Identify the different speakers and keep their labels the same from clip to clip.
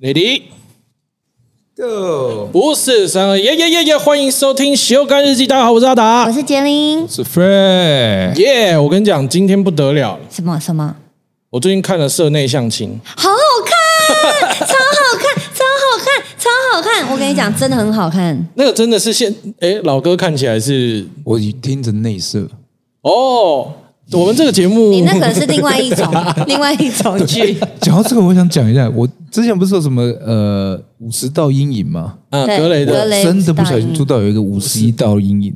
Speaker 1: Ready
Speaker 2: Go，
Speaker 1: 五四三二，耶耶耶耶！欢迎收听《修干日记》，大家好，我是阿
Speaker 3: 我
Speaker 1: 达，
Speaker 3: 是杰林。
Speaker 2: 是 Fred。
Speaker 1: 耶我跟你讲，今天不得了了，
Speaker 3: 什么什么？
Speaker 1: 我最近看了社内相亲，
Speaker 3: 好好看，超好看，超好看，超好看！我跟你讲，真的很 好看。
Speaker 1: 那个真的是现，哎，老哥看起来是
Speaker 2: 我听着内射，
Speaker 1: 哦，我们这个节目，
Speaker 3: 你那 个是另外一种，另外一种剧。
Speaker 2: 讲到这个，我想讲一下，我之前不是说什么呃五十道阴影吗？
Speaker 1: 嗯，
Speaker 3: 对
Speaker 1: 格雷
Speaker 3: 格
Speaker 1: 的
Speaker 3: 雷
Speaker 2: 真的不小心出到有一个五十一道阴影，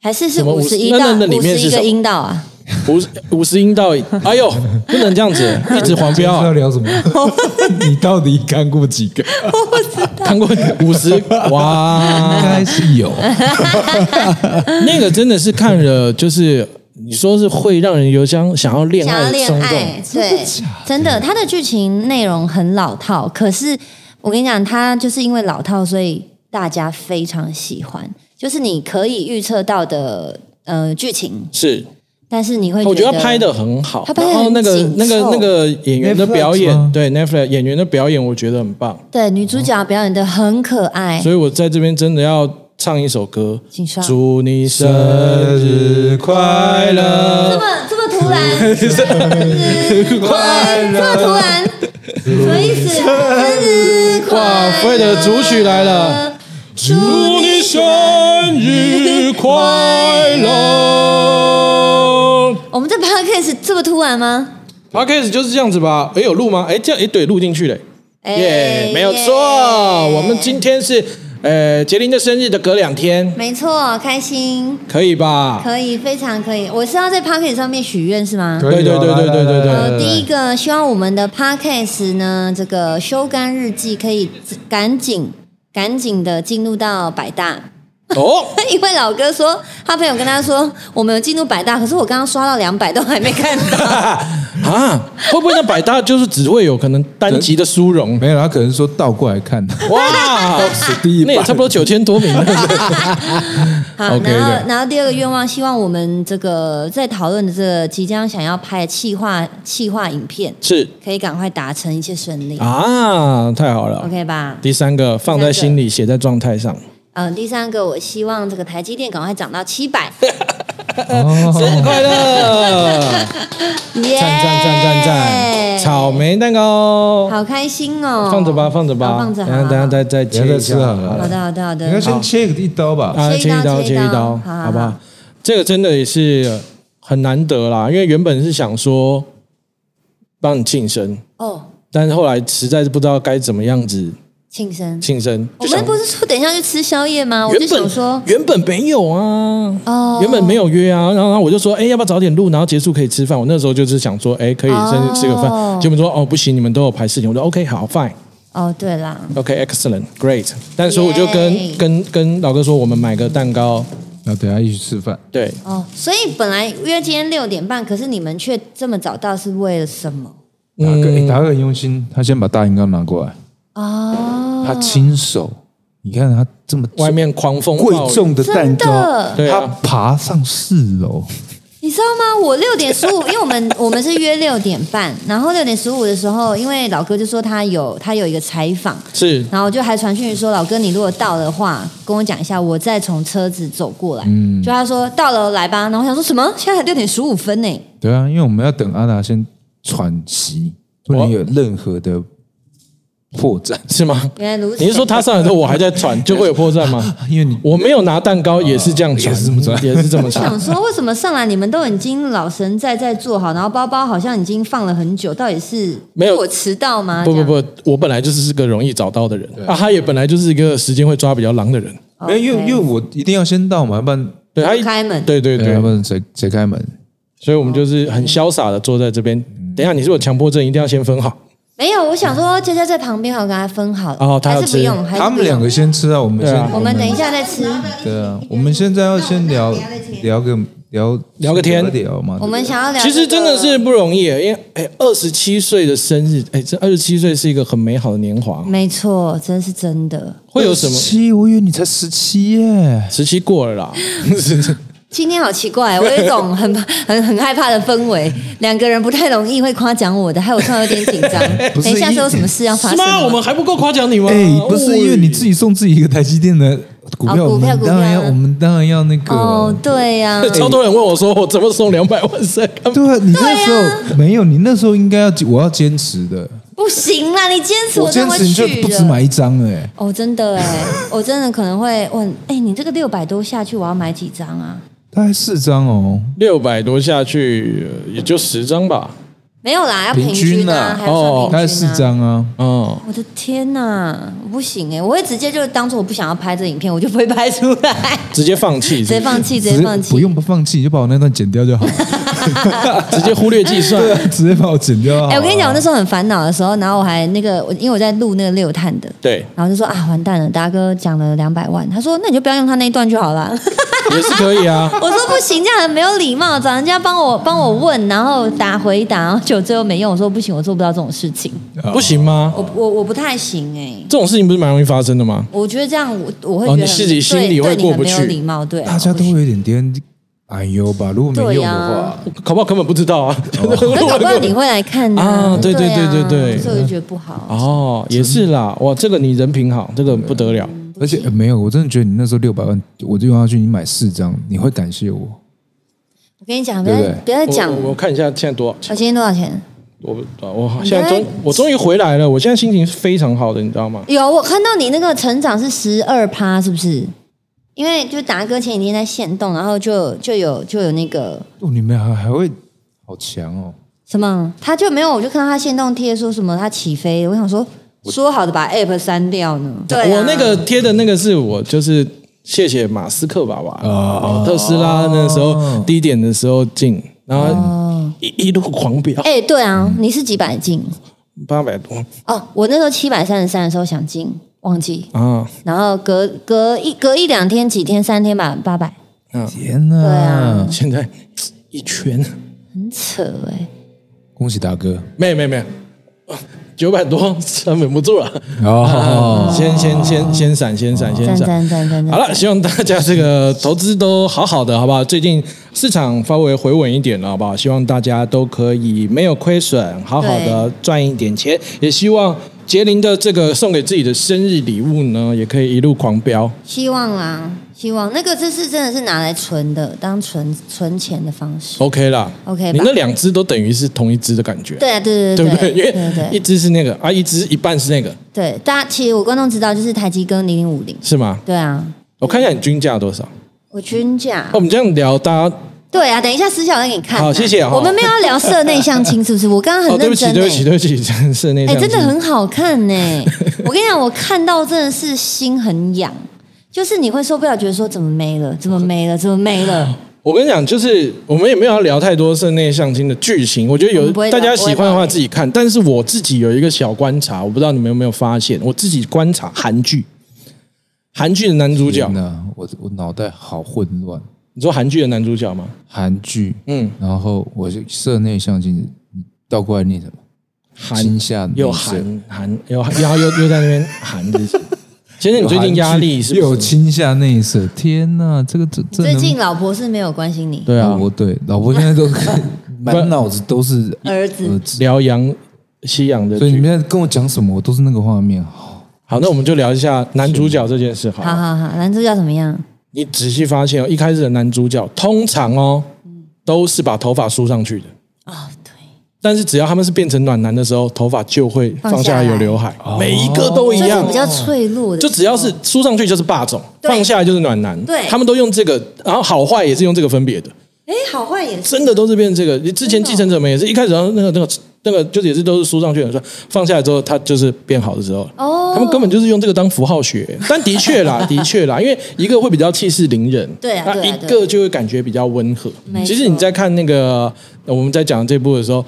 Speaker 3: 还是是
Speaker 1: 什么
Speaker 3: 五
Speaker 1: 五十
Speaker 3: 十一
Speaker 1: 那
Speaker 3: 道，
Speaker 1: 那那里
Speaker 3: 五
Speaker 1: 面
Speaker 3: 十
Speaker 1: 是
Speaker 3: 一
Speaker 1: 什么
Speaker 3: 个阴道啊！
Speaker 1: 五十五十音到，哎呦，不能这样子，一直黄
Speaker 2: 不
Speaker 1: 标
Speaker 2: 要
Speaker 1: 啊，
Speaker 2: 聊什么， 你到底看过几个？
Speaker 1: 看过五十哇
Speaker 2: 应，该是有，
Speaker 1: 那个真的是看了，就是你说是会让人有想想要恋
Speaker 3: 想
Speaker 1: 爱
Speaker 3: 要
Speaker 1: 的
Speaker 3: 恋
Speaker 1: 冲动
Speaker 3: 爱，，对，真的，它的剧情内容很老套，可是我跟你讲，它就是因为老套，所以大家非常喜欢，就是你可以预测到的呃剧情，
Speaker 1: 是，
Speaker 3: 但是你会
Speaker 1: 我觉
Speaker 3: 觉
Speaker 1: 得他拍的很好，
Speaker 3: 他拍得
Speaker 1: 然后那个
Speaker 3: 很紧
Speaker 1: 那个
Speaker 3: 凑
Speaker 1: 那个演员的
Speaker 2: Netflix
Speaker 1: 表演
Speaker 2: 吗，
Speaker 1: 对 Netflix 演员的表演，我觉得很棒，
Speaker 3: 对女主角表演的很可爱，
Speaker 1: 所以我在这边真的要唱一首歌
Speaker 3: 请说，
Speaker 1: 祝你生日
Speaker 2: 日
Speaker 1: 快
Speaker 2: 快
Speaker 3: 这
Speaker 1: 乐
Speaker 2: 乐！
Speaker 3: 么这么 突然，生日快乐，这么突然，什么意思？生日快
Speaker 1: 哇
Speaker 3: 乐，
Speaker 1: ，Fred 的主曲来了，
Speaker 3: 祝
Speaker 1: 祝你生日快乐。
Speaker 3: 我们这 podcast 这么突然吗？
Speaker 1: Podcast 就是这样子吧？哎，有录吗？哎，这样哎，对，录进去嘞。
Speaker 3: 哎
Speaker 1: 耶、没有错。我们今天是呃杰林的生日的隔两天，
Speaker 3: 没错，开心，
Speaker 1: 可以吧？
Speaker 3: 可以，非常可以。我是要在 podcast 上面许愿是吗？
Speaker 1: 对对对对对对对
Speaker 3: 呃，第一个希望我们的 podcast 呢，这个修干日记可以赶紧赶紧的进入到百大。
Speaker 1: 哦，
Speaker 3: 因为老哥说，他朋友跟他说，我们有进入百大，可是我刚刚刷到两百都还没看到。
Speaker 1: 啊，会不会那百搭就是只会有可能单集的殊荣？
Speaker 2: 没有，他可能说倒过来看，
Speaker 1: 哇，
Speaker 2: 第一
Speaker 1: 那
Speaker 2: 版
Speaker 1: 也差不多九千多 名了。
Speaker 3: 好
Speaker 1: OK
Speaker 3: 然
Speaker 1: 的
Speaker 3: 后然后第二个愿望，希望我们这个在讨论的这个即将想要拍的企划企划影片，
Speaker 1: 是
Speaker 3: 可以赶快达成一切顺利、
Speaker 1: 啊，太好了。
Speaker 3: o k 吧？
Speaker 1: 第三个放在心里，写在状态上。
Speaker 3: 嗯、第三个，我希望这个台积电赶快涨到 七百，
Speaker 2: 哦
Speaker 1: 生日快乐！
Speaker 3: 耶！
Speaker 1: 赞赞赞赞赞！草莓蛋糕，
Speaker 3: 好开心哦！
Speaker 1: 放着吧，放着吧，
Speaker 3: 好放着，
Speaker 1: 等一下
Speaker 3: 好
Speaker 1: 等一下再再
Speaker 2: 等
Speaker 1: 切
Speaker 2: 一下
Speaker 1: 一
Speaker 2: 再吃
Speaker 1: 下。
Speaker 2: 好了
Speaker 3: 好的，好的，好
Speaker 2: 你要
Speaker 3: 的。
Speaker 2: 先切一刀吧。
Speaker 1: 啊，切
Speaker 3: 切
Speaker 1: 一
Speaker 3: 一
Speaker 1: 刀，
Speaker 3: 刀
Speaker 1: 切
Speaker 3: 切一刀
Speaker 1: 一刀，
Speaker 3: 好
Speaker 1: 好不
Speaker 3: 好
Speaker 1: 好？这个真的也是很难得啦，因为原本是想说帮你庆生，
Speaker 3: 哦，
Speaker 1: 但是后来实在是不知道该怎么样子
Speaker 3: 庆生，
Speaker 1: 庆生，
Speaker 3: 我
Speaker 1: 就想
Speaker 3: 们不是说等一下去吃宵夜吗？哦我就
Speaker 1: 原
Speaker 3: 想
Speaker 1: 本
Speaker 3: 说，
Speaker 1: 原本没有啊。
Speaker 3: 哦，
Speaker 1: 原本没有约啊，然后然后我就说，哎，要不要早点录，然后结束可以吃饭。我那时候就是想说，哎，可以
Speaker 3: 哦
Speaker 1: 生日吃个饭。结果说，哦，不行，你们都有排事情。我说，OK，好，fine，OK，excellent，great、
Speaker 3: 哦，对啦，
Speaker 1: great 但是我就跟
Speaker 3: Yay
Speaker 1: 跟跟老哥说，我们买个蛋糕，
Speaker 2: 然后等一下一起吃饭，
Speaker 1: 对，
Speaker 3: 哦，所以本来约今天六点半，可是你们却这么早到，是为了什么？
Speaker 2: 达哥，诶达哥很用心，他先把大银缸拿过来，
Speaker 3: 哦，
Speaker 2: 他亲手，你看他这么
Speaker 1: 外面狂风
Speaker 2: 贵
Speaker 1: 暴雨
Speaker 2: 重的蛋
Speaker 3: 真
Speaker 2: 糕，
Speaker 3: 的，
Speaker 1: 对
Speaker 2: 他
Speaker 1: 啊，
Speaker 2: 爬上四楼，
Speaker 3: 你知道吗？我六点十五， 因为我们我们是约六点半，然后六点十五的时候，因为老哥就说他有他有一个采访，
Speaker 1: 是
Speaker 3: 然后我就还传讯说老哥你如果到的话，跟我讲一下，我再从车子走过来。
Speaker 1: 嗯
Speaker 3: 就他说到了来吧，然后我想说什么？现在才六点十五分呢。
Speaker 2: 对啊，因为我们要等阿达先喘息，不能有任何的 破绽，
Speaker 1: 是吗？
Speaker 3: 原来如此。
Speaker 1: 你是说他上来的时候我还在喘，就会有破绽吗？
Speaker 2: 因为你
Speaker 1: 我没有拿蛋糕，也是这样喘，
Speaker 2: 哦也是这么喘
Speaker 1: 也是这么
Speaker 3: 想
Speaker 1: 喘。
Speaker 3: 说为什么上来你们都已经老神在在做好，然后包包好像已经放了很久，到底是
Speaker 1: 没有
Speaker 3: 是我迟到吗？
Speaker 1: 不
Speaker 3: 这
Speaker 1: 不
Speaker 3: 样，
Speaker 1: 不，我本来就是个容易找到的人啊，他也本来就是一个时间会抓比较狼的人。
Speaker 3: OK
Speaker 2: 没有，因为因为我一定要先到嘛，要不然啊
Speaker 1: 对他一
Speaker 3: 不开门
Speaker 1: 对对对
Speaker 2: 要不，然谁谁开门？
Speaker 1: 所以我们就是很潇洒的坐在这边。等一下，你是有强迫症，一定要先分好。
Speaker 3: 没有，我想说佳佳在旁边，我跟他分好了，
Speaker 1: 哦他要
Speaker 3: 还是不
Speaker 1: 吃
Speaker 3: 用，还是
Speaker 2: 他
Speaker 3: 不
Speaker 2: 们
Speaker 3: 用
Speaker 2: 两个先吃啊，我们
Speaker 1: 对啊
Speaker 2: 先
Speaker 3: 我们等一下再吃。
Speaker 2: 对啊，我们现在要先聊聊个聊
Speaker 1: 聊个天
Speaker 2: 聊嘛，
Speaker 3: 我们想要聊这
Speaker 1: 其
Speaker 3: 个，
Speaker 1: 实真的是不容易，因为哎，二十七岁的生日，哎，这二十七岁是一个很美好的年华，
Speaker 3: 没错，真是真的。
Speaker 1: 会有什么？
Speaker 2: 七？我以为你才十七耶，
Speaker 1: 时期过了啦，
Speaker 3: 今天好奇怪，我有 一种很很很害怕的氛围。两个人不太容易会夸奖我的，害我突然有点紧 张。
Speaker 2: 不是
Speaker 3: 等一下是有什么事要发
Speaker 1: 是
Speaker 3: 生吗？
Speaker 1: 吗？我们还不够夸奖你吗？
Speaker 2: 哎，不是因为你自己送自己一个台积电的股票，
Speaker 3: 哦
Speaker 2: 我
Speaker 3: 股票
Speaker 2: 们当然要，
Speaker 3: 股票
Speaker 2: 我们当然要那个。
Speaker 3: 哦，对呀、
Speaker 1: 哎 超多人问我说，我怎么送两百万塞干嘛？
Speaker 2: 对啊，你那时候、没有，你那时候应该要，我要坚持的。
Speaker 3: 不行啦，你坚持
Speaker 2: 我
Speaker 3: 真
Speaker 2: 坚
Speaker 3: 的会
Speaker 2: 持你就
Speaker 3: 去
Speaker 2: 不
Speaker 3: 的
Speaker 2: 止买一张了、哎
Speaker 3: 哦，真的 哎，我真的可能会问，哎，你这个六百多下去，我要买几张啊？
Speaker 2: 大概四张哦。
Speaker 1: 六百多下去呃也就十张吧。
Speaker 3: 没有啦，要
Speaker 2: 平
Speaker 3: 平均
Speaker 2: 均
Speaker 3: 啊，
Speaker 2: 啊
Speaker 3: 还要算平均、啊
Speaker 2: 大概四。张啊，
Speaker 1: 嗯，
Speaker 3: 我的天呐，我不行哎、我会直接就当做我不想要拍这影片，我就不会拍出 来，
Speaker 1: 直接放弃，
Speaker 3: 直接放弃，直接放弃。
Speaker 2: 不用不放弃，你就把我那段剪 掉就好，
Speaker 1: 直接忽略计算。
Speaker 2: 直接把我剪掉就好。
Speaker 3: 啊哎、我跟你讲，我那时候很烦恼的时候，然后我还那个，我因为我在录那个六探的，
Speaker 1: 对，
Speaker 3: 然后就说啊，完蛋了，达哥讲了两百万，他说那你就不要用他那一段就好了。
Speaker 1: 也是可以啊。
Speaker 3: 我说不行，这样很没有礼貌，找人家帮我帮我问，然后打回答，然后就最后没用。我说不行，我做不到这种事情，
Speaker 1: 不行吗？
Speaker 3: 我我我不太行哎、
Speaker 1: 这种事情不是蛮容易发生的吗？
Speaker 3: 我觉得这样我我会
Speaker 1: 哦
Speaker 3: 觉得
Speaker 1: 你
Speaker 3: 很
Speaker 1: 自己心里
Speaker 3: 对
Speaker 1: 会
Speaker 3: 对
Speaker 1: 过不
Speaker 3: 你很没
Speaker 1: 去
Speaker 3: 有礼貌，对啊，
Speaker 2: 大家都会有点点哎呦吧，如果没
Speaker 3: 对
Speaker 2: 用
Speaker 3: 呀
Speaker 2: 的话，
Speaker 1: 啊搞不好根本不知道啊。
Speaker 3: 我不行。那搞 不好你会来看
Speaker 1: 啊对对
Speaker 3: 对啊
Speaker 1: 对对对
Speaker 3: 所以我就觉得不好。
Speaker 1: 哦，也是啦。哇，这个你人品好，这个不得了。
Speaker 2: 而且、呃没有，我真的觉得你那时候六百万，我就用下去，你买四张，你会感谢我。
Speaker 3: 我跟你讲，不要
Speaker 2: 对不对
Speaker 3: 不要再讲，
Speaker 1: 我我
Speaker 3: 我
Speaker 1: 我看一下现在多少钱。
Speaker 3: 今天多少钱？
Speaker 1: 我啊我现在终我终于回来了，我现在心情是非常好的，你知道吗？
Speaker 3: 有，我看到你那个成长是十二趴，是不是？因为就达哥前几天在线动，然后就就有就有那个
Speaker 2: 哦，你们还还会好强哦！
Speaker 3: 什么，他就没有，我就看到他线动贴说什么他起飞，我想说说好的把 app 删掉呢？对、啊，
Speaker 1: 我那个贴的那个是我就是谢谢马斯克爸爸，啊
Speaker 2: 哦
Speaker 1: 特斯拉那时候低点的时候进，然后一一路狂飙
Speaker 3: 哎、对啊，你是几百进？
Speaker 1: 八百多
Speaker 3: 哦，我那时候七百三十三的时候想进，忘记，
Speaker 1: 啊，
Speaker 3: 然后隔隔一隔一两天、几天、三天吧，八百，
Speaker 2: 天哪、
Speaker 3: 对啊
Speaker 1: 现在一圈
Speaker 3: 很扯哎、
Speaker 2: 恭喜大哥！
Speaker 1: 没有没有没有九百多撑忍不住了，嗯
Speaker 2: 哦，
Speaker 1: 先先先先闪先闪先
Speaker 3: 赞
Speaker 1: 闪。
Speaker 3: 赞赞赞
Speaker 1: 好
Speaker 3: 赞！
Speaker 1: 了，希望大家这个投资都好好的，好不好？最近市场稍微回稳一点了，好不好？希望大家都可以没有亏损，好好的赚一点钱，也希望杰林的这个送给自己的生日礼物呢，也可以一路狂飙。
Speaker 3: 希望啦，希望那个这是真的是拿来存的，当存存钱的方式。
Speaker 1: OK 啦
Speaker 3: OK 吧
Speaker 1: 你那两只都等于是同一只的感觉，
Speaker 3: 对啊，
Speaker 1: 对
Speaker 3: 对对
Speaker 1: 不对？
Speaker 3: 对
Speaker 1: 因
Speaker 3: 对
Speaker 1: 为
Speaker 3: 对
Speaker 1: 一
Speaker 3: 对
Speaker 1: 只是那个啊，一只一半是那个，
Speaker 3: 对，大家其实我观众知道就是台积跟零零五零，
Speaker 1: 是吗？
Speaker 3: 对啊，
Speaker 1: 我看一下你均价多少。哦
Speaker 3: 我均价
Speaker 1: 我们这样聊，大家
Speaker 3: 对啊，等一下私下我再给你看啊。
Speaker 1: 好谢谢哦
Speaker 3: 我们没有要聊社内相亲，是不是？我刚刚
Speaker 1: 哦，
Speaker 3: 很
Speaker 1: 对
Speaker 3: 认
Speaker 1: 不起，
Speaker 3: 真
Speaker 1: 对不起，
Speaker 3: 欸。
Speaker 1: 对不起，真的是那
Speaker 3: 哎，
Speaker 1: 张
Speaker 3: 真的
Speaker 1: 是
Speaker 3: 很好看呢、 我跟你讲，我看到真的是心很痒，就是你会受不了，觉得说怎么没了，怎么没
Speaker 1: 哦
Speaker 3: 了，怎么没了。
Speaker 1: 我跟你讲，就是我们也没有要聊太多社内相亲的剧情，我觉得
Speaker 3: 我
Speaker 1: 有
Speaker 3: 们不会
Speaker 1: 大
Speaker 3: 聊
Speaker 1: 家
Speaker 3: 不会
Speaker 1: 喜欢的
Speaker 3: 聊
Speaker 1: 话
Speaker 3: 欸
Speaker 1: 自己看。但是我自己有一个小观察，我不知道你们有没有发现，我自己观察韩剧，韩剧的男主角
Speaker 2: 天，哪，我我脑袋好混乱。
Speaker 1: 你说韩剧的男主角吗？
Speaker 2: 韩剧，
Speaker 1: 嗯，
Speaker 2: 然后我是社内相亲，你倒过来念什么？
Speaker 1: 韩
Speaker 2: 心下内
Speaker 1: 又
Speaker 2: 射
Speaker 1: 韩韩又然后又又在那边 韩自己。先生，你最近压力是
Speaker 2: 又有
Speaker 1: 不是？
Speaker 2: 倾下内射，天哪，这个这这
Speaker 3: 最
Speaker 2: 能
Speaker 3: 近老婆是没有关心你，
Speaker 1: 对啊
Speaker 2: 老，婆哦对老婆现在都 满脑子都是
Speaker 3: 儿子
Speaker 2: 儿子，
Speaker 1: 辽阳西洋的
Speaker 2: 所以你
Speaker 1: 剧。
Speaker 2: 们现在跟我讲什么，我都是那个画面。好，
Speaker 1: 好，那我们就聊一下男主角这件事好了。
Speaker 3: 好好好，男主角怎么样？
Speaker 1: 你仔细发现哦，一开始的男主角通常哦，
Speaker 3: 嗯
Speaker 1: 都是把头发梳上去的。
Speaker 3: 哦，对，
Speaker 1: 但是只要他们是变成暖男的时候，头发就会放下来有哦刘海，每一个都一
Speaker 3: 这
Speaker 1: 样
Speaker 3: 是比。较脆弱的，
Speaker 1: 就只要是梳上去就是霸总，
Speaker 3: 对
Speaker 1: 放下来就是暖男。
Speaker 3: 对
Speaker 1: 他们都用这个，然后好坏也是用这个分别的，
Speaker 3: 哎，好坏也是
Speaker 1: 真的都是变成这个。之前继承者们也是一开始然后那个那个那个就是也是都是梳上去的，说放下来之后他就是变好的时候。
Speaker 3: 哦
Speaker 1: 他们根本就是用这个当符号学，但的确 啦，的确啦，因为一个会比较气势凌人，
Speaker 3: 对啊
Speaker 1: 那
Speaker 3: 对啊
Speaker 1: 一
Speaker 3: 对啊
Speaker 1: 个就会感觉比较温和
Speaker 3: 没。错
Speaker 1: 其实你在看那个呃我们在讲这部的时候，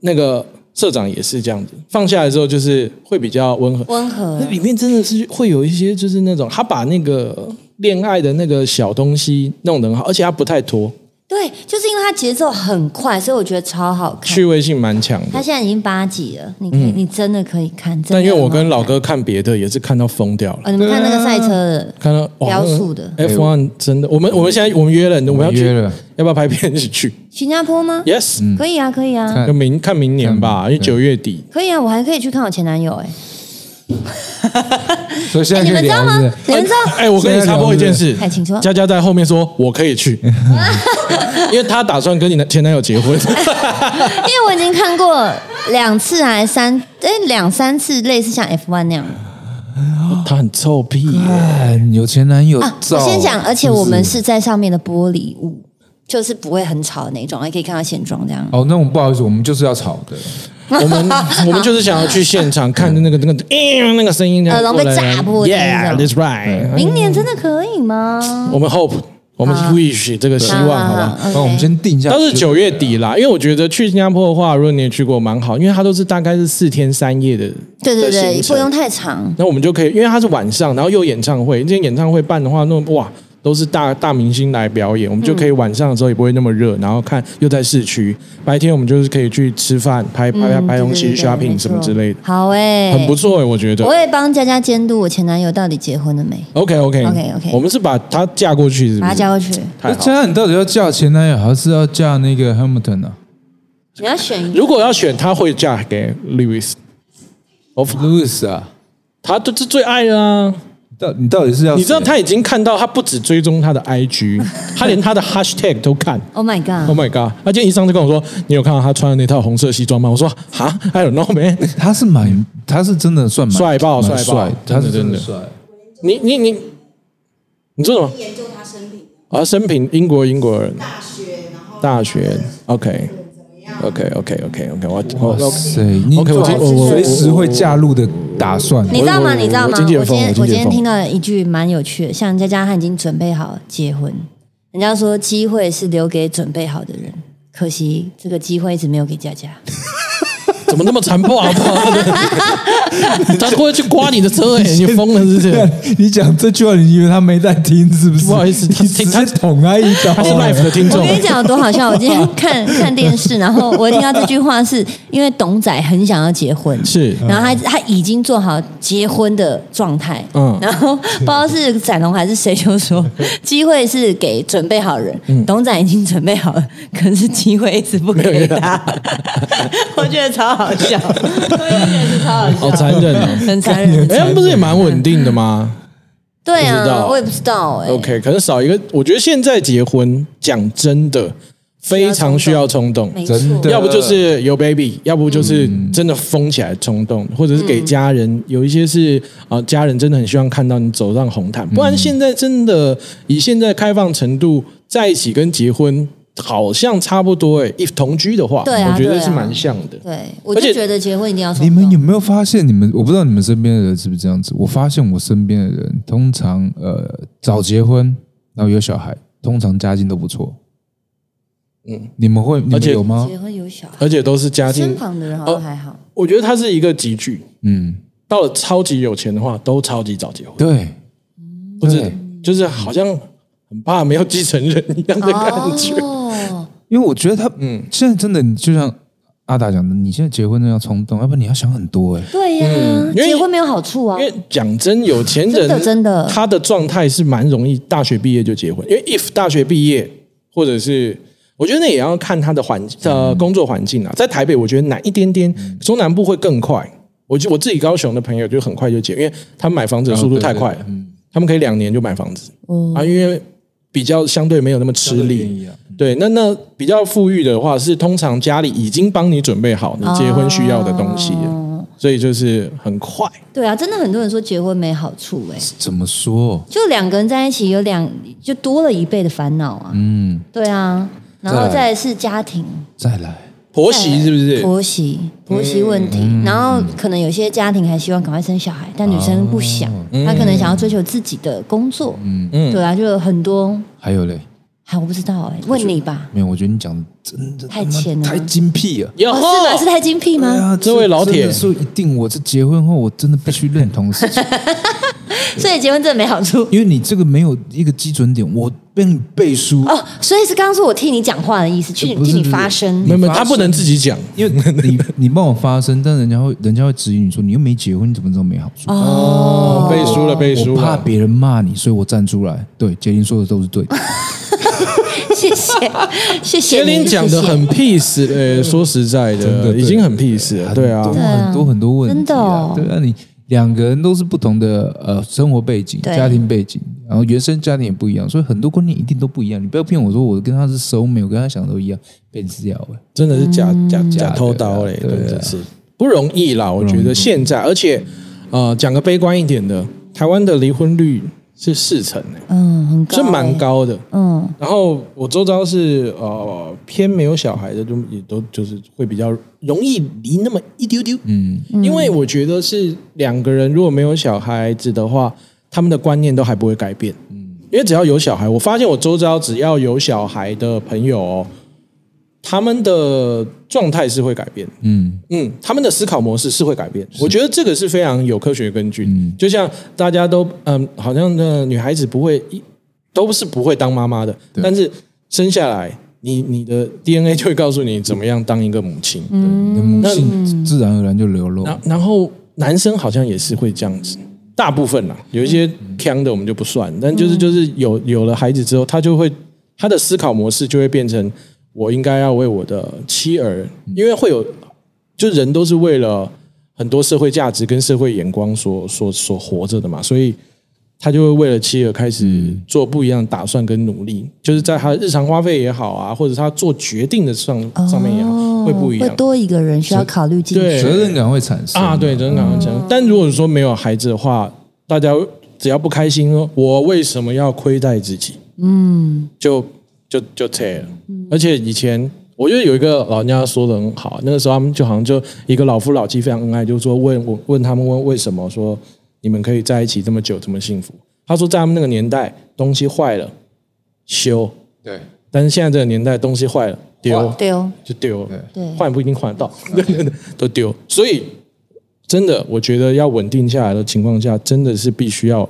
Speaker 1: 那个社长也是这样子，放下来之后就是会比较温和。
Speaker 3: 温和
Speaker 1: 那，里面真的是会有一些就是那种他把那个恋爱的那个小东西弄得很好，而且他不太拖，
Speaker 3: 对，就是因为它节奏很快，所以我觉得超好看。
Speaker 1: 趣味性蛮强
Speaker 3: 它
Speaker 1: 的。
Speaker 3: 现在已经八集了，你可以、你真的可以看。真的
Speaker 1: 嗯但因为我
Speaker 3: 很好
Speaker 1: 跟老
Speaker 3: 看，
Speaker 1: 哥看别的也是看到疯掉了，
Speaker 3: 哦，你们看那个赛车的，
Speaker 1: 看到哇
Speaker 3: 雕塑的
Speaker 1: F one 真的，我们我们现在我们约了，我
Speaker 2: 我
Speaker 1: 们要
Speaker 2: 们
Speaker 1: 去
Speaker 2: 约了，
Speaker 1: 要不要拍片一起去
Speaker 3: 新加坡吗？
Speaker 1: ？Yes，
Speaker 3: 可以啊，可以啊，
Speaker 2: 看
Speaker 1: 就明嗯看明年吧，因为
Speaker 2: 对
Speaker 1: 九月底。
Speaker 3: 可以啊，我还可以去看我前男友哎、
Speaker 2: 所以现
Speaker 3: 哎
Speaker 2: 在
Speaker 3: 你
Speaker 2: 可
Speaker 3: 们
Speaker 2: 以
Speaker 3: 知道
Speaker 2: 聊，
Speaker 3: 吗
Speaker 2: 是不是？？
Speaker 3: 你们知道？
Speaker 1: 哎，我跟你插播一件事
Speaker 3: 哎请说，
Speaker 1: 佳佳在后面说我可以 去，因为她打算跟你的前男友结 婚。
Speaker 3: 因为我已经看过两次还是三哎两三次类似像 F one 那样的
Speaker 1: 她很臭屁耶，
Speaker 2: 看哎有前男友
Speaker 3: 啊。
Speaker 2: 照
Speaker 3: 我先讲，而且我们
Speaker 2: 是
Speaker 3: 是在上面的玻璃屋，就是不会很吵的那种，还可以看到现状这样
Speaker 1: 哎
Speaker 2: 不。是哦，那我们不好意思，我们就是要吵的，
Speaker 1: 我们我们就是想要去现场看那 个那个嗯那个声音，
Speaker 3: 耳聋被炸破的那种
Speaker 1: ，Yeah，that's right。
Speaker 3: 明年真的可以吗？
Speaker 1: 我们 hope，我们
Speaker 3: 啊
Speaker 1: wish 这个希望，好吧？
Speaker 2: 那我们先定一下。
Speaker 1: 但是九月底啦，因为我觉得去新加坡的话，如果你也去过，蛮好，因为它都是大概是四天三夜的。
Speaker 3: 对
Speaker 1: 的
Speaker 3: 对
Speaker 1: 行
Speaker 3: 对，不
Speaker 1: 程
Speaker 3: 用太长。
Speaker 1: 那我们就可以，因为它是晚上，然后又有演唱会，这些演唱会办的话，那哇都是大大明星来表演，我们就可以晚上的时候也不会那么热，然后看又在市区，白天我们就是可以去吃饭、拍拍拍拍东西、
Speaker 3: 嗯对对对
Speaker 1: shopping 什么之类的，
Speaker 3: 好哎、
Speaker 1: 很不错、欸，我觉得
Speaker 3: 我。会帮佳佳监督我前男友到底结婚了没，
Speaker 1: OK OK
Speaker 3: OK，OK
Speaker 1: 我们是把她嫁过去，是不是？
Speaker 3: 把他嫁过去。
Speaker 2: 那
Speaker 1: 太好了。
Speaker 2: 佳，你到底要嫁前男友，还是要嫁那个 Hamilton 啊
Speaker 3: 你要选一个，
Speaker 1: 如果要选，她会嫁给 Louis，
Speaker 2: ？Of Lewis 啊？
Speaker 1: 她就是最爱的啊。
Speaker 2: 到你到底是要
Speaker 1: 你知道
Speaker 2: 谁
Speaker 1: 他已经看到，他不止追踪他的 IG，他连他的 hashtag 都看。
Speaker 3: Oh my god！
Speaker 1: Oh my god！他今天一上就跟我说：“你有看到他穿的那套红色西装吗？”我说：“哈，I don't know man。
Speaker 2: 他是蛮，他是真的算蛮
Speaker 1: 帅爆帅
Speaker 2: 蛮
Speaker 1: 爆
Speaker 2: 帅，他是
Speaker 1: 真的
Speaker 2: 真
Speaker 1: 真的
Speaker 2: 的帅。
Speaker 1: 你”你你你说什么？
Speaker 4: 研究他生平，
Speaker 1: 啊，生平英国英国人，
Speaker 4: 大学，然后
Speaker 1: 大学。OK OK OK OK OK，我
Speaker 2: 哇
Speaker 1: 我
Speaker 2: 塞，你
Speaker 1: OK，我今
Speaker 3: 我我
Speaker 2: 随时会嫁入的打算。
Speaker 3: 你知道吗？
Speaker 1: 我
Speaker 3: 你知道
Speaker 1: 我
Speaker 3: 吗？
Speaker 1: 经纪人
Speaker 3: 我今天
Speaker 1: 疯
Speaker 3: 我
Speaker 1: 我经
Speaker 3: 今
Speaker 1: 纪人
Speaker 3: 天
Speaker 1: 疯
Speaker 3: 听到了一句蛮有趣的，像佳佳她已经准备好结婚，人家说机会是留给准备好的人，可惜这个机会一直没有给佳佳。
Speaker 1: 怎么那么残破好不好？ 他会去刮你的车哎、你疯了是不是？
Speaker 2: 你讲这句话，你以为他没在听是不是？
Speaker 1: 不好意思他
Speaker 2: 你直
Speaker 1: 他
Speaker 2: 接捅他一刀。
Speaker 1: 他是 live 的听
Speaker 3: 我
Speaker 1: 众
Speaker 3: 跟，你讲有多好笑！我今天看看电视，然后我听到这句话是，因为董仔很想要结婚，
Speaker 1: 是
Speaker 3: 然后他他已经做好结婚的状态，嗯
Speaker 1: 嗯，
Speaker 3: 然后不知道是展龙还是谁就说，机会是给准备好人，
Speaker 1: 嗯
Speaker 3: 董仔已经准备好了，可是机会一直不给他， 我觉得超好笑，我也觉得超好笑，
Speaker 1: 好 残忍哦！
Speaker 3: 很残忍，
Speaker 1: 哎、他们不是也蛮稳定的吗？
Speaker 3: 对
Speaker 1: 不知
Speaker 3: 啊，
Speaker 1: 道
Speaker 3: 我也不知道哎、
Speaker 1: OK，可能少一个。我觉得现在结婚，讲真的，非常需要冲动，
Speaker 3: 没错，
Speaker 2: 真的
Speaker 1: 要不就是有 baby，要不就是真的疯起来冲动，或者是
Speaker 3: 嗯
Speaker 1: 给家人。有一些是啊、呃家人真的很希望看到你走上红毯，不然现在真的以现在开放程度，在一起跟结婚好像差不多诶、欸。一同居的话，
Speaker 3: 对啊
Speaker 1: 我觉
Speaker 3: 对
Speaker 1: 得
Speaker 3: 啊
Speaker 1: 是蛮像的。
Speaker 3: 对，我
Speaker 1: 而
Speaker 3: 就
Speaker 1: 且
Speaker 3: 觉得结婚一定要冲
Speaker 2: 你们
Speaker 3: 动
Speaker 2: 有没有发现？你们我不知道你们身边的人是不是这样子。我发现我身边的人通常呃早结婚，然后有小孩，通常家境都不错。嗯，你们会你
Speaker 1: 而
Speaker 2: 们
Speaker 1: 且
Speaker 2: 有吗？
Speaker 3: 结婚有小孩。
Speaker 1: 而且都是家哦
Speaker 3: 身
Speaker 1: 境，
Speaker 3: 旁的人好像还好，
Speaker 1: 我觉得它是一个集聚。
Speaker 2: 嗯，
Speaker 1: 到了超级有钱的话，都超级早结婚。
Speaker 2: 对，
Speaker 1: 不是
Speaker 2: 对，
Speaker 1: 就是好像很怕没有继承人一样的感觉。
Speaker 3: 哦，
Speaker 2: 因为我觉得他
Speaker 1: 嗯，
Speaker 2: 现在真的，你就像阿达讲的，你现在结婚真的要冲动，要不然你要想很多哎、
Speaker 3: 对呀、
Speaker 1: 嗯因为
Speaker 3: 结婚没有好处啊
Speaker 1: 因，为讲真，有钱
Speaker 3: 真的
Speaker 1: 人
Speaker 3: 真的
Speaker 1: 他的状态是蛮容易大学毕业就结婚，因为 if 大学毕业或者是。我觉得那也要看他的环呃工作环境啊，在台北我觉得难一点点，中南部会更快。我就我自己高雄的朋友就很快就结，因为他们买房子的速度太快了，他们可以两年就买房子啊，因为比较相对没有那么吃力，对，那那比较富裕的话，是通常家里已经帮你准备好你结婚需要的东西啊了，
Speaker 3: 哦
Speaker 1: 所以就是很快。
Speaker 3: 对啊，真的很多人说结婚没好处哎、
Speaker 2: 怎么说？
Speaker 3: 就两个人在一起有两就多了一倍的烦恼啊，
Speaker 2: 嗯，
Speaker 3: 对啊，然后
Speaker 2: 再来
Speaker 3: 再来是家庭
Speaker 2: 再来，
Speaker 1: 婆媳是不是？
Speaker 3: 婆媳婆媳问题，
Speaker 1: 嗯
Speaker 3: 然后可能有些家庭还希望赶快生小孩，但女
Speaker 1: 哦
Speaker 3: 生不想，
Speaker 1: 嗯
Speaker 3: 她可能想要追求自己的工作，嗯嗯，对啊，就有很多，
Speaker 2: 还有嘞，
Speaker 3: 哎，我不知道哎、问你吧，
Speaker 2: 没有，我觉得你讲的真的
Speaker 3: 太浅了
Speaker 2: 太精辟了。
Speaker 1: 有、
Speaker 3: 哦，是吗？是太精辟吗？
Speaker 2: 对啊，
Speaker 1: 这位老铁
Speaker 2: 真的是一定，我这结婚后我真的必须认同的事情。
Speaker 3: 所以结婚证没好处
Speaker 2: 因为你这个没有一个基准点，我被你背书，
Speaker 3: 哦。所以是刚刚说我替你讲话的意思，去
Speaker 2: 不
Speaker 3: 替
Speaker 2: 是
Speaker 3: 你
Speaker 2: 不是
Speaker 3: 发声
Speaker 1: 没。有没有，
Speaker 2: 发
Speaker 1: 他不能自己讲，
Speaker 2: 因为你你帮我发声，但人家会人家会质疑你说你又没结婚，你怎么知道没好处？
Speaker 1: 哦，背书了背书
Speaker 2: 我怕
Speaker 1: 了，
Speaker 2: 别人骂你，所以我站出来。对，杰林说的都是对
Speaker 1: 啊
Speaker 2: 的。
Speaker 3: 谢谢，谢谢
Speaker 1: 杰
Speaker 3: 你。
Speaker 1: 林讲的
Speaker 3: 谢谢
Speaker 1: 很 peace，呃，说实在
Speaker 2: 嗯真
Speaker 1: 的，
Speaker 2: 的
Speaker 1: 已经很 peace 了，对啊
Speaker 2: 很，多
Speaker 3: 啊
Speaker 2: 很多很多问题、啊，
Speaker 3: 真的哦
Speaker 2: 对啊，你两个人都是不同的呃生活背景、
Speaker 3: 对
Speaker 2: 家庭背景，然后原生家庭也不一样，所以很多观念一定都不一样。你不要骗我说我跟他是熟妹，我跟他想的都一样，被你吃掉了。
Speaker 1: 真的是假
Speaker 3: 嗯
Speaker 1: 假假偷刀嘞，
Speaker 2: 对啊嗯
Speaker 1: 真的是不容易啦。我觉得现在，而且呃，讲个悲观一点的，台湾的离婚率是四成欸，
Speaker 3: 嗯，很高、
Speaker 1: 是蛮。高的。
Speaker 3: 嗯，
Speaker 1: 然后我周遭是呃偏没有小孩的，就也都就是会比较容易离那么一丢丢，
Speaker 2: 嗯，
Speaker 1: 因为我觉得是两个人如果没有小孩子的话，他们的观念都还不会改变。嗯，因为只要有小孩，我发现我周遭只要有小孩的朋友、哦，他们的状态是会改变的。
Speaker 2: 嗯，
Speaker 1: 嗯，他们的思考模式是会改变，我觉得这个是非常有科学根据。
Speaker 2: 嗯
Speaker 1: 就像大家都嗯，好像那女孩子不会一都是不会当妈妈的，
Speaker 2: 对
Speaker 1: 但是生下来，你你的 DNA 就会告诉你怎么样当一个母亲。
Speaker 2: 嗯你的母性自然而然就流露。
Speaker 1: 然然后男生好像也是会这样子，大部分啦，有一些强的我们就不算，但就是就是有有了孩子之后，他就会他的思考模式就会变成我应该要为我的妻儿，因为会有就人都是为了很多社会价值跟社会眼光所所所活着的嘛，所以。他就会为了妻儿开始做不一样的打算跟努力，就是在他日常花费也好啊，或者他做决定的上上面也好，会不一样
Speaker 3: 会。多一个人需要考虑进
Speaker 1: 对
Speaker 3: 去。
Speaker 2: 责任感会产生
Speaker 1: 啊，对，真的好像讲。但如果说没有孩子的话，大家只要不开心，哦，我为什么要亏待自己？嗯，就就就撤了。而且以前我觉得有一个老人家说的很好，那个时候他们就好像就一个老夫老妻非常恩爱，就说问我问他们问为什么说你们可以在一起这么久这么幸福？他说在他们那个年代东西坏了修，
Speaker 2: 对，
Speaker 1: 但是现在这个年代东西坏了丢
Speaker 3: 对哦，
Speaker 1: 就丢了。
Speaker 3: 对
Speaker 1: 换不一定换得到， 对对对，都丢。所以真的，我觉得要稳定下来的情况下，真的是必须要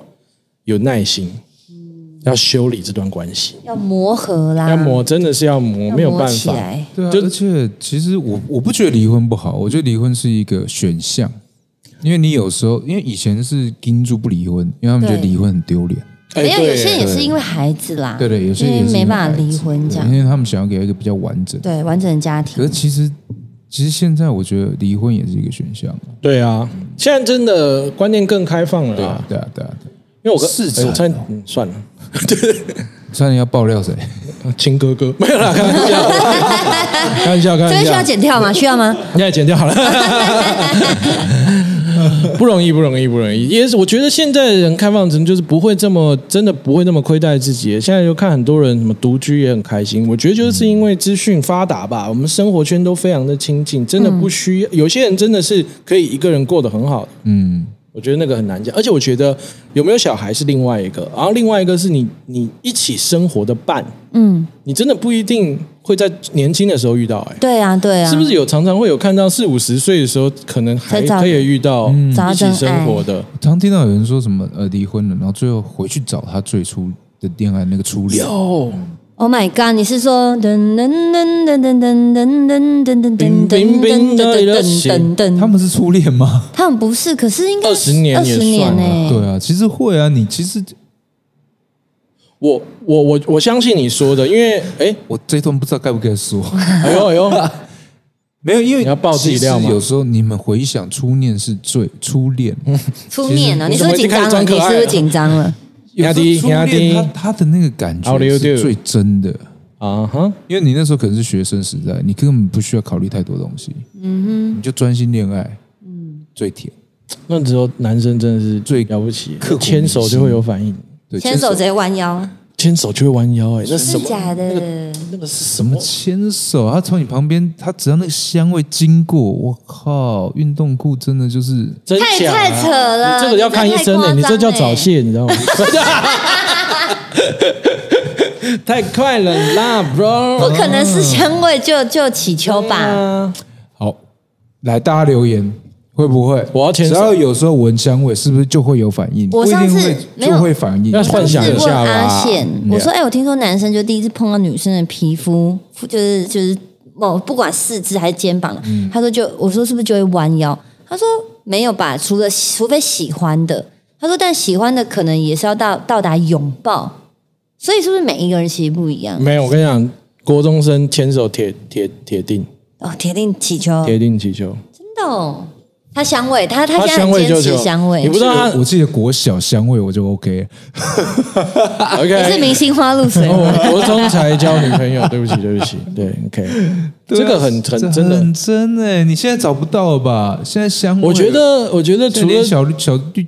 Speaker 1: 有耐心，
Speaker 3: 嗯
Speaker 1: 要修理这段关系，
Speaker 3: 要磨合啦，
Speaker 1: 要磨，真的是要磨，
Speaker 3: 啊要
Speaker 1: 没有
Speaker 3: 磨
Speaker 1: 办
Speaker 3: 起
Speaker 1: 法。
Speaker 3: 来。
Speaker 2: 对啊，
Speaker 1: 就
Speaker 2: 而且其实我我不觉得离婚不好，我觉得离婚是一个选项，因为你有时候因为以前是盯住不离婚，因为他们觉得
Speaker 3: 对
Speaker 2: 离婚很丢脸，
Speaker 1: 哎
Speaker 3: 没有，
Speaker 1: 对
Speaker 3: 有些人也
Speaker 2: 对
Speaker 3: 是因为孩子啦，
Speaker 2: 对对，有些
Speaker 3: 因为
Speaker 2: 也是
Speaker 3: 没办法
Speaker 2: 因为孩
Speaker 3: 离
Speaker 2: 子
Speaker 3: 婚这
Speaker 2: 对
Speaker 3: 样，
Speaker 2: 因为他们想要给一个比较完整。
Speaker 3: 对完整的家
Speaker 2: 可是
Speaker 3: 庭，
Speaker 2: 其实其实现在我觉得离婚也是一个选项啊，
Speaker 1: 对啊，现在真的观念更开放了
Speaker 2: 对
Speaker 1: 啦
Speaker 2: 啊。对啊对啊，对啊
Speaker 1: 因为我跟
Speaker 2: 是
Speaker 1: 哎我
Speaker 2: 惨
Speaker 1: 猜
Speaker 2: 哦
Speaker 1: 嗯算了，
Speaker 2: 差点要爆料谁？
Speaker 1: 亲哥哥 没有啦，开玩 笑，开玩笑，开
Speaker 3: 这
Speaker 1: 玩
Speaker 3: 边需
Speaker 1: 笑
Speaker 3: 要。剪掉吗？需要吗？
Speaker 1: 你也剪掉好了，不容易，不容易，不容易。也是，我觉得现在人开放程就是不会这么，真的不会那么亏待自己。现在就看很多人什么独居也很开心，我觉得就是因为资讯发达吧，我们生活圈都非常的亲近，真的不需要。有些人真的是可以一个人过得很好，
Speaker 2: 嗯，
Speaker 1: 我觉得那个很难讲。而且我觉得有没有小孩是另外一个，然后另外一个是你你一起生活的伴，
Speaker 3: 嗯，
Speaker 1: 你真的不一定会在年轻的时候遇到、哎。
Speaker 3: 对啊，对啊，
Speaker 1: 是不是有常常会有看到四五十岁的时候，可能还
Speaker 3: 在找
Speaker 1: 可以遇到嗯
Speaker 3: 找到
Speaker 1: 一起
Speaker 3: 真
Speaker 1: 生活的？
Speaker 2: 常听到有人说什么呃离婚了，然后最后回去找他最初的恋爱那个初
Speaker 3: 哎
Speaker 2: 恋，
Speaker 1: 有，
Speaker 3: ？Oh my god！你是说噔噔噔噔噔噔噔噔噔噔噔噔噔噔噔噔噔
Speaker 2: 他
Speaker 3: 噔？
Speaker 2: 们是初恋吗？
Speaker 3: 他们不是，可是应该
Speaker 1: 20年
Speaker 3: 二
Speaker 1: 也
Speaker 3: 十
Speaker 1: 算
Speaker 3: 年
Speaker 1: 了
Speaker 3: 欸呢？
Speaker 2: 对啊，其实会啊，你其实
Speaker 1: 我我我我相信你说的，因为哎
Speaker 2: 我这段不知道该不该说，
Speaker 1: 哎呦哎呦，
Speaker 2: 没有，因为
Speaker 1: 你要爆自己料吗
Speaker 2: 其实有时候你们回想初恋是最初恋，
Speaker 3: 出面啊，
Speaker 1: 其
Speaker 3: 你
Speaker 1: 实
Speaker 3: 是不是紧张了？
Speaker 1: 你怎么一
Speaker 3: 你是不
Speaker 1: 直
Speaker 3: 是
Speaker 1: 在
Speaker 3: 紧张了？
Speaker 1: 压低
Speaker 2: 有时候初
Speaker 1: 压
Speaker 2: 恋
Speaker 1: 低
Speaker 2: 他他的那个感
Speaker 1: How do you
Speaker 2: 觉是
Speaker 1: do？
Speaker 2: 最真的，
Speaker 1: 啊哈，
Speaker 2: 因为你那时候可能是学生时代，你根本不需要考虑太多东西，嗯哼，你就专心恋爱，嗯，最甜，
Speaker 1: 那时候男生真的是
Speaker 2: 最
Speaker 1: 了不起
Speaker 2: 刻，骨
Speaker 1: 牵手就会有反应，
Speaker 2: 对，
Speaker 3: 牵手直接弯腰，
Speaker 1: 牵手就会弯腰，哎，那是什
Speaker 3: 真的
Speaker 1: 么？
Speaker 3: 假的？
Speaker 1: 那个是什
Speaker 2: 什么
Speaker 1: 么？
Speaker 2: 牵手？他从你旁边，他只要那个香味经过，我靠，运动裤真的就是
Speaker 1: 真
Speaker 3: 太
Speaker 1: 假啊？
Speaker 3: 太扯了
Speaker 1: 你这个要看医生的，
Speaker 3: 你
Speaker 1: 你
Speaker 3: 这
Speaker 1: 这
Speaker 3: 太夸张欸
Speaker 1: 叫早泄，你知 道吗？太快了啦，bro！
Speaker 3: 不可能是香味就就祈求吧？
Speaker 1: 啊
Speaker 2: 好，来大家留言，会不会？
Speaker 1: 我要牵
Speaker 2: 只
Speaker 1: 手
Speaker 2: 要有时候闻香味，是不是就会有反应？
Speaker 3: 我
Speaker 2: 不一
Speaker 3: 上
Speaker 2: 定
Speaker 3: 次
Speaker 2: 会
Speaker 3: 没有
Speaker 2: 就会反应。
Speaker 1: 要幻想
Speaker 3: 是
Speaker 1: 一
Speaker 3: 问
Speaker 1: 下
Speaker 3: 阿
Speaker 1: 吧。
Speaker 3: 宪，我说：“哎、我听说男生就第一次碰到女生的皮肤，就是就是某不管四肢还是肩膀，
Speaker 1: 嗯
Speaker 3: 他说就我说是不是就会弯腰？他说没有吧，除了除非喜欢的，他说但喜欢的可能也是要到到达拥抱，所以是不是每一个人其实不一样？
Speaker 1: 没有，我跟你讲，国中生牵手铁铁铁定
Speaker 3: 哦，铁定祈求，
Speaker 1: 铁定祈求，
Speaker 3: 真的、哦，他香味，他他
Speaker 1: 他
Speaker 3: 现在
Speaker 1: 香
Speaker 3: 很
Speaker 1: 味
Speaker 3: 坚
Speaker 1: 就
Speaker 3: 持
Speaker 1: 求
Speaker 3: 香味，
Speaker 1: 你不知道他
Speaker 2: 我记得国小香味我就 OK 了。
Speaker 3: 你是
Speaker 1: OK。
Speaker 3: 明星花露 水吗？
Speaker 1: 我国中才交女朋友，对 不起，对不起，对，OK，这个很
Speaker 2: 对啊
Speaker 1: 很
Speaker 2: 这
Speaker 1: 真的
Speaker 2: 很，真哎、你现在找不到了吧？现在香味，
Speaker 1: 我觉得，我觉得
Speaker 2: 现在
Speaker 1: 除
Speaker 2: 连
Speaker 1: 了，
Speaker 2: 小绿小绿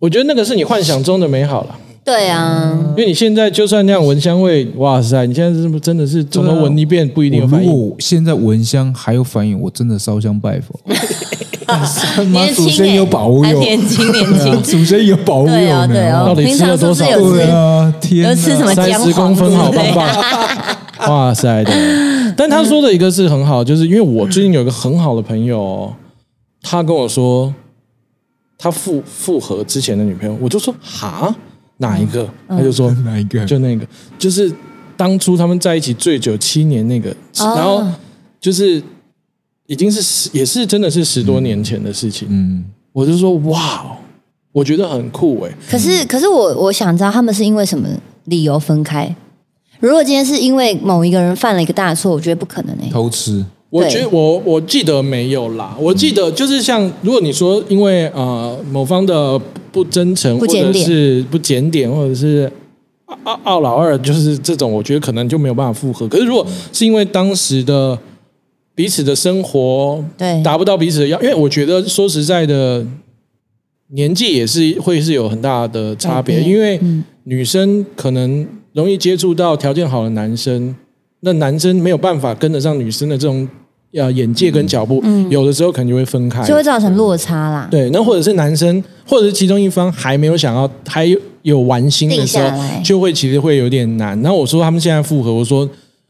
Speaker 1: 我觉得那个是你幻想中的美好了，
Speaker 3: 对啊，
Speaker 1: 因
Speaker 2: 嗯
Speaker 1: 为你现在就算那样闻香味，哇塞，你现在是不是真的是从头
Speaker 2: 对啊
Speaker 1: 闻一遍不一定有
Speaker 2: 我
Speaker 1: 反
Speaker 2: 如
Speaker 1: 应，
Speaker 2: 果现在闻香还有反应，我真的烧香拜 佛。他妈
Speaker 3: 年轻
Speaker 2: 祖
Speaker 3: 哎、
Speaker 2: 先有保佑，
Speaker 3: 还年轻年
Speaker 2: 对啊
Speaker 3: 轻。”
Speaker 2: 祖先有保佑呢。
Speaker 3: 对哦，对哦，
Speaker 1: 到底
Speaker 3: 平
Speaker 1: 吃了
Speaker 3: 常是不
Speaker 1: 多
Speaker 3: 是
Speaker 1: 少
Speaker 3: 有
Speaker 2: 对
Speaker 3: 吃？
Speaker 2: 啊，天哪，
Speaker 3: 有吃什么
Speaker 1: 三
Speaker 3: 姜
Speaker 1: 十
Speaker 3: 黄
Speaker 1: 公分，
Speaker 3: 之
Speaker 1: 好棒
Speaker 3: 类的
Speaker 1: 棒！ 哇塞的，但他说的一个是很好，就是因为我最近有一个很好的朋友哦，他跟我说他复复合之前的女朋友，我就说哈哪一个？他就说
Speaker 2: 嗯哪一个？
Speaker 1: 就那个，就是当初他们在一起最久七年那个，
Speaker 3: 哦
Speaker 1: 然后就是已经是十，也是真的是十多年前的事情。
Speaker 2: 嗯，
Speaker 1: 我就说哇哦，我觉得很酷哎、
Speaker 3: 可是，可是我我想知道他们是因为什么理由分开。如果今天是因为某一个人犯了一个大错，我觉得不可能欸诶、
Speaker 2: 偷吃。
Speaker 1: 我
Speaker 3: 对嗯
Speaker 1: 觉得我我记得没有啦，我记得就是像如果你说因为呃某方的不真诚，
Speaker 3: 不
Speaker 1: 或
Speaker 3: 检
Speaker 1: 者
Speaker 3: 点
Speaker 1: 是不检点，或者是傲傲傲老二，就是这种，我觉得可能就没有办法复合。可是如果是因为当时的彼此的生活
Speaker 3: 对
Speaker 1: 达不到彼此的要，因为我觉得说实在的，年纪也是会是有很大的差别，
Speaker 3: 改变
Speaker 1: 因为女生可能容易接触到条件好的男生，那男生没有办法跟得上女生的这种呃眼界跟脚步，有的时候可能就会分开，
Speaker 3: 就会造成落差啦。
Speaker 1: 对，那或者是男生，或者是其中一方还没有想要，还有有玩心的时候
Speaker 3: 定下来，
Speaker 1: 就会其实会有点难。然后我说他们现在复合，我说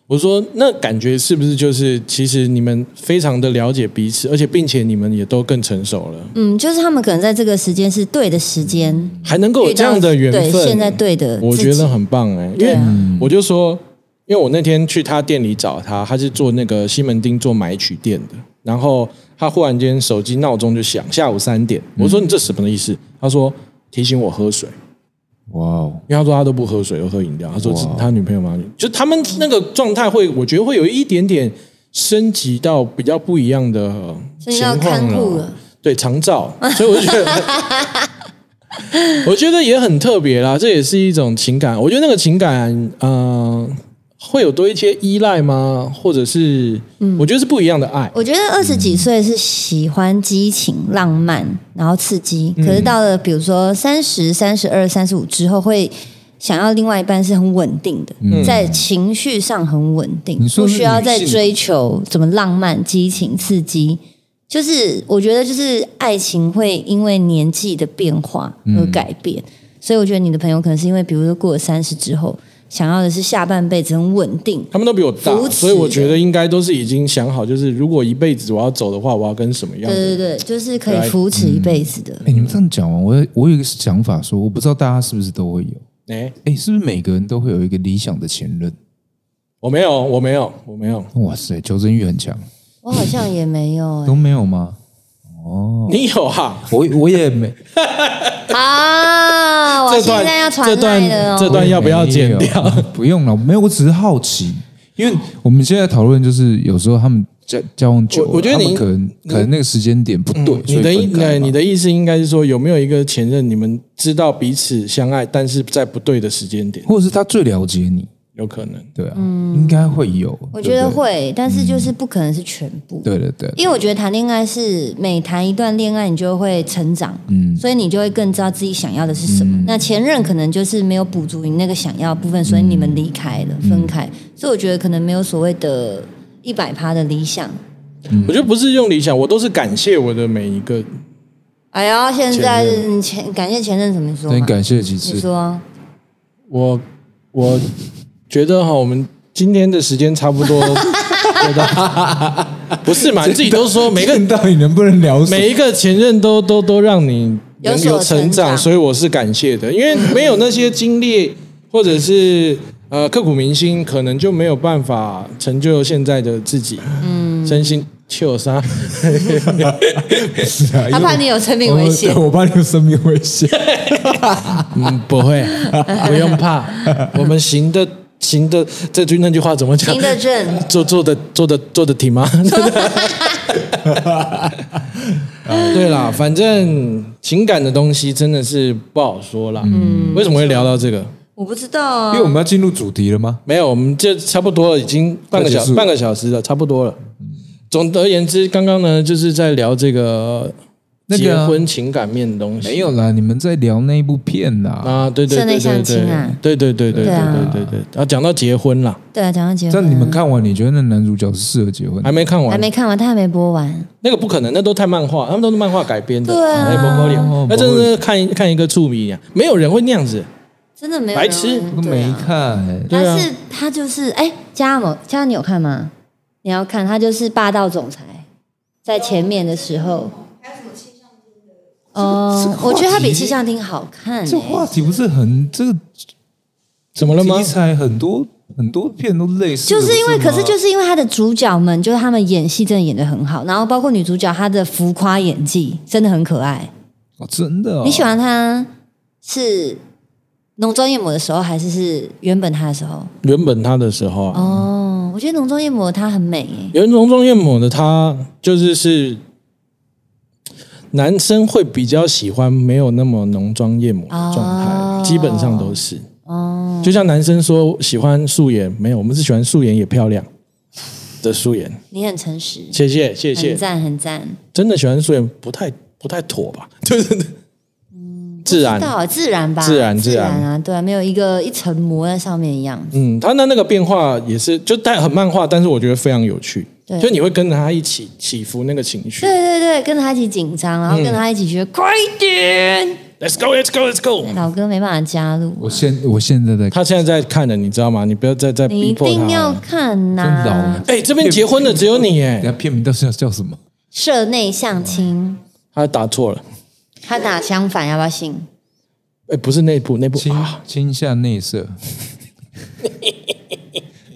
Speaker 1: 我说那感觉是不是就是其实你们非常的了解彼此，而且并且你们也都更成熟了，
Speaker 3: 嗯，就是他们可能在这个时间是对的时间，
Speaker 1: 还能够有这样的缘
Speaker 3: 遇到
Speaker 1: 分，
Speaker 3: 对现在对的自己，
Speaker 1: 我觉得很棒哎、因
Speaker 3: 对
Speaker 1: 为
Speaker 3: 啊
Speaker 1: 我就说，因为我那天去他店里找他，他是做那个西门町做买取店的，然后他忽然间手机闹钟就响，下午三点，我说你这什么意思？他说提醒我喝水，
Speaker 2: 哇哦，
Speaker 1: 因为他说他都不喝水，都喝饮料。他说
Speaker 2: 哇
Speaker 1: 是他女朋友嘛，就他们那个状态会，我觉得会有一点点升级到比较不一样的呃
Speaker 3: 所以
Speaker 1: 情
Speaker 3: 要看
Speaker 1: 况
Speaker 3: 护
Speaker 1: 了
Speaker 3: 了。。
Speaker 1: 对，长照，所以我 觉得，我觉得也很特别啦。这也是一种情感，我觉得那个情感，嗯、会有多一些依赖吗？或者是，
Speaker 3: 嗯
Speaker 1: 我觉得是不一样的爱。
Speaker 3: 我觉
Speaker 2: 嗯
Speaker 3: 得二十几岁是喜欢激情、浪漫，然后刺激。
Speaker 2: 嗯
Speaker 3: 可是到了比如说三十三、十二、三十五之后，会想要另外一半是很稳定的，在情绪上很稳定
Speaker 2: 嗯你，说
Speaker 3: 不
Speaker 2: 是
Speaker 3: 需要再
Speaker 2: 女性
Speaker 3: 追求怎么浪漫、激情、刺激。就是我觉得，就是爱情会因为年纪的变化
Speaker 2: 嗯
Speaker 3: 而改变，所以我觉得你的朋友可能是因为，比如说过了三十之后，想要的是下半辈子很稳定，
Speaker 1: 他们都比我大
Speaker 3: 扶，持
Speaker 1: 所以我觉得应该都是已经想好，就是如果一辈子我要走的话，我要跟什么样
Speaker 3: 对
Speaker 1: 的人
Speaker 3: 对对，就是可以
Speaker 1: 对
Speaker 3: 扶持一辈子的。
Speaker 2: 哎、
Speaker 1: 嗯
Speaker 2: 你们这样讲完，我有我有一个想法说我不知道大家是不是都会有，
Speaker 1: 哎、
Speaker 2: 哎、是不是每个人都会有一个理想的前任？
Speaker 1: 我没有，我没有，我没有。
Speaker 2: 哇塞，求生欲很强，
Speaker 3: 我好像也没有
Speaker 2: 都没有吗？
Speaker 1: 你有啊？
Speaker 2: 我我也没，
Speaker 3: 欸啊！我
Speaker 1: 这
Speaker 3: 现
Speaker 1: 段
Speaker 3: 在要传
Speaker 1: 这段
Speaker 3: 来的
Speaker 1: 这
Speaker 3: 哦，
Speaker 1: 段要 不要剪掉？
Speaker 2: 我也没有？ 不用了，没有，我只是好奇，因为我们现在讨论就是有时候他们交交往久了，
Speaker 1: 我我觉得
Speaker 2: 他们
Speaker 1: 你
Speaker 2: 可能可能那个时间点不对，
Speaker 1: 嗯你的
Speaker 2: 所以
Speaker 1: 意
Speaker 2: 分开
Speaker 1: 对
Speaker 2: 嘛
Speaker 1: 你的意思应该是说，有没有一个前任，你们知道彼此相爱，但是在不对的时间点，
Speaker 2: 或者是他最了解你，
Speaker 1: 有可能。
Speaker 2: 对啊，应该会有，
Speaker 3: 嗯我觉得会，但是就是不可能是全部。
Speaker 2: 对的，对的，
Speaker 3: 因为我觉得谈恋爱是每谈一段恋爱，你就会成长，
Speaker 2: 嗯
Speaker 3: 所以你就会更知道自己想要的是什么。
Speaker 1: 嗯
Speaker 3: 那前任可能就是没有补足你那个想要的部分，所以
Speaker 1: 嗯
Speaker 3: 你们离开了，分开。所以我觉得可能没有所谓的一百趴的理想。
Speaker 1: 我觉得不是用理想，我都是感谢我的每一个。
Speaker 3: 哎呀，现在
Speaker 1: 前
Speaker 3: 嗯前感谢前任怎么说
Speaker 2: 那你
Speaker 3: 嘛？
Speaker 2: 感谢几
Speaker 3: 你
Speaker 2: 次？
Speaker 3: 说啊，
Speaker 1: 我我觉得哈，我们今天的时间差不多，觉得 不是嘛？你啊自己都 说 每个
Speaker 2: 人到底能不能聊什么？
Speaker 1: 每一个前任都都都让你
Speaker 3: 有
Speaker 1: 能
Speaker 3: 所
Speaker 1: 有成
Speaker 3: 成
Speaker 1: 长，
Speaker 3: 长
Speaker 1: 所以我是感谢的，因为没有那些经历，或者是呃刻骨铭心，可能就没有办法成就现在的自己。嗯，真心秀啥？
Speaker 2: 是啊
Speaker 1: 哎
Speaker 2: 因为哦
Speaker 3: 他怕你有生命危险
Speaker 1: 哦
Speaker 2: 我对我怕你有生命危险。
Speaker 1: 嗯，不会，不用怕，我们行的行的，这句那句话怎么讲
Speaker 3: 行？得正，
Speaker 1: 做做的做的做的挺吗？对啦，反正情感的东西真的是不好说啦。嗯，为什么会聊到这个？
Speaker 3: 我不知道啊
Speaker 2: 因为。我们要进入主题了吗？
Speaker 1: 没有，我们这差不多了，已经半个小
Speaker 2: 快结束了
Speaker 1: 半个小时了，差不多了。总而言之，刚刚呢就是在聊这个
Speaker 2: 那
Speaker 1: 结
Speaker 2: 个啊
Speaker 1: 婚情感面的
Speaker 3: 嗯
Speaker 1: 东西。
Speaker 2: 没有啦，你们在聊那一部片啦。
Speaker 1: 啊，对对对
Speaker 3: 室内
Speaker 1: 对
Speaker 3: 相
Speaker 1: 对
Speaker 3: 亲啊，
Speaker 1: 对对对对对
Speaker 3: 对啊
Speaker 1: 对对对。啊，讲到结婚啦，
Speaker 3: 对啊，讲到结
Speaker 2: 但
Speaker 3: 婚，
Speaker 2: 你们看完，你觉得那男主角是适合结婚的
Speaker 1: 还？没看
Speaker 3: 还
Speaker 1: 完，
Speaker 3: 没看完，他还没播完。
Speaker 1: 那个不可能，那都太漫画，他们都是漫画改编的，
Speaker 3: 对啊
Speaker 1: 哎不可
Speaker 2: 哦
Speaker 1: 能那真的是看一看一个触迷啊，没有人会那样子。
Speaker 3: 真的没有
Speaker 1: 白
Speaker 3: 人
Speaker 1: 痴
Speaker 3: 问
Speaker 2: 都
Speaker 3: 对
Speaker 2: 没
Speaker 3: 啊
Speaker 2: 看、欸，
Speaker 1: 对啊
Speaker 3: 但是他就是哎，佳某佳，你有看吗？你要看他就是霸道总裁，在前面的时候，
Speaker 2: 这个
Speaker 3: 哦
Speaker 2: 话，题
Speaker 3: 我觉得他比气象厅好看、
Speaker 2: 这
Speaker 3: 欸。
Speaker 2: 话题不是很这个
Speaker 1: 怎么了吗
Speaker 3: 哦
Speaker 2: 题？材很多很多片都类似的，
Speaker 3: 就是因为，
Speaker 2: 不
Speaker 3: 可是
Speaker 2: 吗
Speaker 3: 就是因为他的主角们，就是他们演戏真的演的很好，然后包括女主角她的浮夸演技真的很可爱。
Speaker 2: 哦真的、哦，
Speaker 3: 你喜欢她是浓妆艳抹的时候，还是是原本她的时候？
Speaker 1: 原本他的时候啊，
Speaker 3: 哦，我觉得浓妆艳抹她很美、欸，
Speaker 1: 有人浓妆艳抹的他，就是是男生会比较喜欢没有那么浓妆艳抹的状态，
Speaker 3: 哦
Speaker 1: 基本上都是。
Speaker 3: 哦，
Speaker 1: 就像男生说喜欢素颜，没有，我们是喜欢素颜也漂亮的素颜。
Speaker 3: 你很诚实，
Speaker 1: 谢谢谢
Speaker 3: 很
Speaker 1: 谢，
Speaker 3: 赞很赞，
Speaker 1: 真的喜欢素颜不太不太妥吧？就是自然啊
Speaker 3: 嗯不知道自然吧，
Speaker 1: 自然自
Speaker 3: 自
Speaker 1: 然
Speaker 3: 然啊，对啊，没有一个一层膜在上面一样，
Speaker 1: 嗯，他的那个变化也是就带很漫画，但是我觉得非常有趣，
Speaker 3: 对
Speaker 1: 就你会跟着他一起起伏那个情绪
Speaker 3: 对。对对，跟着他一起紧张，然后
Speaker 1: 嗯
Speaker 3: 跟着他一起觉得快点，
Speaker 1: Let's go, let's go, let's go。
Speaker 3: 老哥没办法加入
Speaker 2: 我
Speaker 3: 啊，
Speaker 2: 现我现在在看，
Speaker 1: 他现在在看了，你知道吗？你不要再再
Speaker 3: 你
Speaker 1: 逼
Speaker 3: 一
Speaker 1: 迫他啊
Speaker 3: 定
Speaker 1: 了
Speaker 3: 要看呐、
Speaker 2: 真老了
Speaker 1: 哎、这边结婚的只有你
Speaker 2: 等
Speaker 1: 哎，
Speaker 2: 下片名到底要叫什么？
Speaker 3: 社内相亲，
Speaker 1: 他打错了，
Speaker 3: 他打相反要不要信？
Speaker 1: 哎、不是内部内部
Speaker 2: 倾
Speaker 1: 啊，
Speaker 2: 倾向内 射，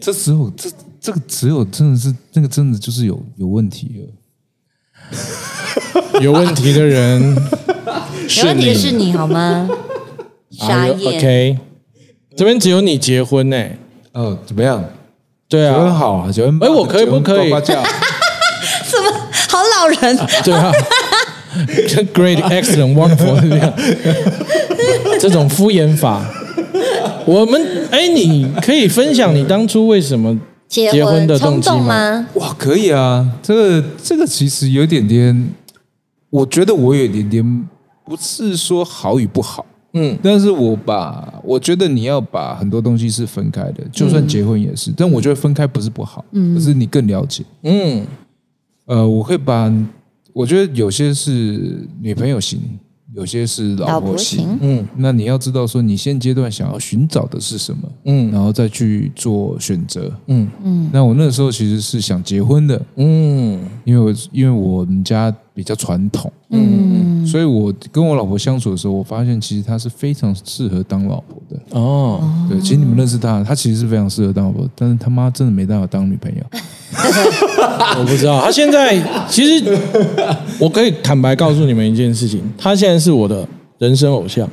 Speaker 2: 这只有这这个只有真的是那个真的就是有有问题了。
Speaker 1: 有问题的人
Speaker 3: 有问题的是
Speaker 1: 你
Speaker 3: 你 好吗？傻
Speaker 1: 啊有
Speaker 3: 眼，
Speaker 1: OK，这边只有你结婚哎、
Speaker 2: 哦，怎么样？
Speaker 1: 对
Speaker 2: 九恩
Speaker 1: 啊，
Speaker 2: 好啊，九恩八，
Speaker 1: 哎我可以
Speaker 2: 九恩
Speaker 1: 不可以
Speaker 2: 呱呱 叫
Speaker 3: 什么好老人？
Speaker 1: 对啊，Great, excellent, wonderful 这样，这种敷衍法，我们哎、你可以分享你当初为什么
Speaker 3: 结
Speaker 1: 结婚的动
Speaker 3: 冲
Speaker 1: 机
Speaker 3: 动
Speaker 1: 吗？
Speaker 3: 吗？
Speaker 2: 哇，可以啊，这个这个其实有点点，我觉得我有一点点不是说好与不好，
Speaker 1: 嗯，
Speaker 2: 但是我把我觉得你要把很多东西是分开的，就算结婚也是，但我觉得分开不是不好，嗯，可是你更了解。
Speaker 1: 嗯，
Speaker 2: 呃，我会把我觉得有些是女朋友型，有些是老
Speaker 3: 老
Speaker 2: 婆
Speaker 3: 婆
Speaker 2: 型
Speaker 3: 型，
Speaker 1: 嗯
Speaker 2: 那你要知道说你现阶段想要寻找的是什么，
Speaker 1: 嗯
Speaker 2: 然后再去做选择。
Speaker 1: 嗯
Speaker 2: 那我那时候其实是想结婚的，
Speaker 1: 嗯
Speaker 2: 因为我因为我们家比较传统，
Speaker 3: 嗯，
Speaker 2: 所以我跟我老婆相处的时候，我发现其实她是非常适合当老婆的。
Speaker 1: 哦，
Speaker 2: 对，其实你们认识她，她其实是非常适合当老婆，但是他妈真的没办法当女朋友。
Speaker 1: 我不知道，他现在其实我可以坦白告诉你们一件事情，他现在是我的人生偶像。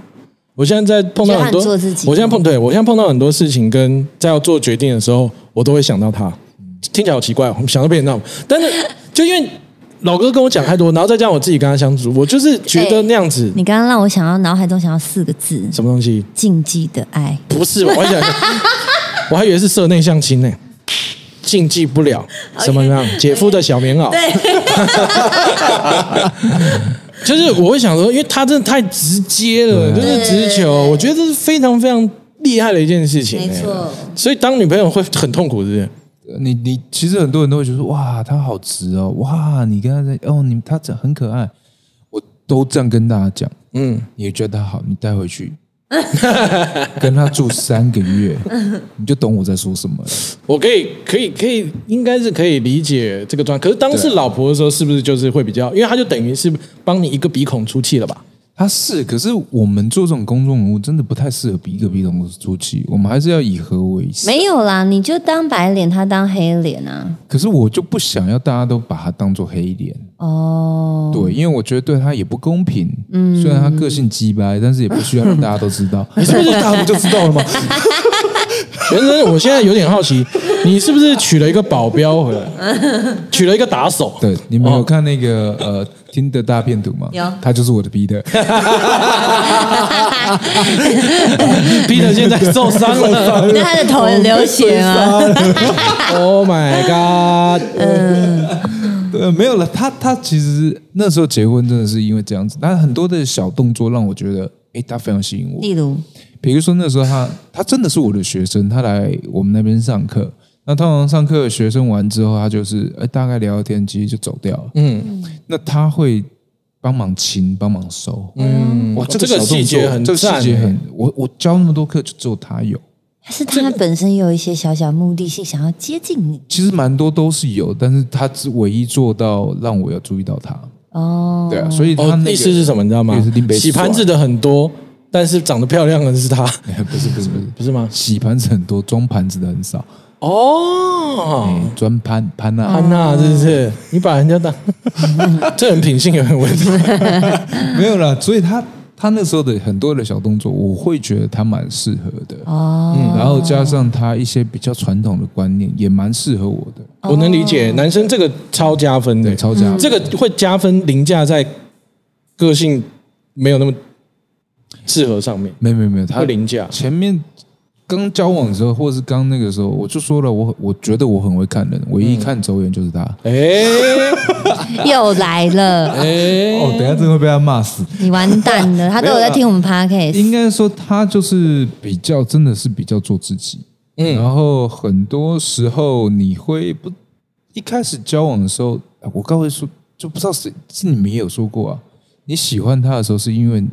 Speaker 1: 我现在在碰到很多，
Speaker 3: 就很做自己
Speaker 1: 我现在碰对我现在碰到很多事情，跟在要做决定的时候，我都会想到他。听起来好奇怪哦，我们想到别人那种，但是就因为老哥跟我讲太多，然后再加上我自己跟他相处，我就是觉得那样子、
Speaker 3: 你刚刚让我想到脑海中想到四个字：
Speaker 1: 什么东西
Speaker 3: 禁忌的爱。
Speaker 1: 不是吧，我 还想我还以为是社内相亲呢、禁忌不 了什么样姐夫的小棉袄。
Speaker 3: 对，
Speaker 1: 就是我会想说，因为他真的太直接了，就
Speaker 2: 对
Speaker 1: 是直球，我觉得这是非常非常厉害的一件事情、
Speaker 3: 没错。
Speaker 1: 所以当女朋友会很痛苦，是不是？
Speaker 2: 呃你你其实很多人都会觉得说哇，他好直哦，哇，你跟他在哦，你他这很可爱，我都这样跟大家讲，
Speaker 1: 嗯
Speaker 2: 你觉得他好，你带回去，跟他住三个月，你就懂我在说什么了。
Speaker 1: 我可以，可以，可以，应该是可以理解这个状态。可是当是
Speaker 2: 对啊
Speaker 1: 老婆的时候，是不是就是会比较？因为他就等于是帮你一个鼻孔出气了 吧？
Speaker 2: 他是，可是我们做这种公众人物，真的不太适合比一个比同出气，我们还是要以和为善。
Speaker 3: 没有啦，你就当白脸，他当黑脸啊。
Speaker 2: 可是我就不想要大家都把他当做黑脸，
Speaker 3: 哦，
Speaker 2: 对，因为我觉得对他也不公平。嗯，虽然他个性鸡掰，但是也不需要让大家都 知道。你是不是大家不就知道了吗？
Speaker 1: 原来我现在有点好奇，你是不是娶了一个保镖回来，娶了一个打手？
Speaker 2: 对，你们有看那个、呃听的大片图吗？
Speaker 3: 有
Speaker 2: 他就是我的 Peter。
Speaker 1: ，Peter 现在受伤了
Speaker 3: 那他的头有流血吗？
Speaker 1: ，Oh my god！
Speaker 2: 呃，没有了，他他其实那时候结婚真的是因为这样子，但很多的小动作让我觉得，诶，他非常吸引我。
Speaker 3: 例如，
Speaker 2: 比如说那时候他他真的是我的学生，他来我们那边上课。那通常上课学生完之后，他就是呃大概聊聊天，其实就走掉了。
Speaker 1: 嗯
Speaker 2: 那他会帮忙清，帮忙收。
Speaker 1: 嗯，
Speaker 2: 哇，这
Speaker 1: 这
Speaker 2: 个小
Speaker 1: 个
Speaker 2: 动作
Speaker 1: 细节很
Speaker 2: 这个细
Speaker 1: 赞
Speaker 2: 节
Speaker 1: 欸
Speaker 2: 很，我我教那么多课，就只有他有。
Speaker 3: 还是他本身有一些小小目的性，想要接近你？
Speaker 2: 其实蛮多都是有，但是他只唯一做到让我有注意到他。
Speaker 3: 哦，
Speaker 2: 对啊，所以他
Speaker 1: 哦
Speaker 2: 那，个、
Speaker 1: 意思是什么？你知道吗
Speaker 2: 那个是林？北
Speaker 1: 洗盘子的很多，但是长得漂亮的是他，
Speaker 2: 不是 不是不是，
Speaker 1: 不是吗？
Speaker 2: 洗盘子很多，装盘子的很少。
Speaker 1: 哦，
Speaker 2: 哎，装盘盘啊，
Speaker 1: 安娜是不是？你把人家当这人品性有点问题。
Speaker 2: 没有啦，所以他他那时候的很多的小动作，我会觉得他蛮适合的。
Speaker 3: 哦，
Speaker 2: 嗯，然后加上他一些比较传统的观念，也蛮适合我的。
Speaker 1: 我能理解，男生这个超加分的
Speaker 2: 对，，超加、
Speaker 1: 这个会加分凌驾在个性没有那么适合上面，
Speaker 2: 没有没有没有，他
Speaker 1: 会凌驾。
Speaker 2: 前面刚交往的时候，或是刚那个时候，我就说了，我我觉得我很会看人，唯一看走眼就是他。
Speaker 1: 哎
Speaker 3: 又来了，
Speaker 1: 哎，
Speaker 2: 哦，等一下真的会被他骂死。
Speaker 3: 你完蛋了！他都有在听我们 podcast，
Speaker 2: 应该说他就是比较，真的是比较做自己。嗯，然后很多时候你会不一开始交往的时候，啊我刚会说就不知道谁是你们也有说过啊，你喜欢他的时候是因为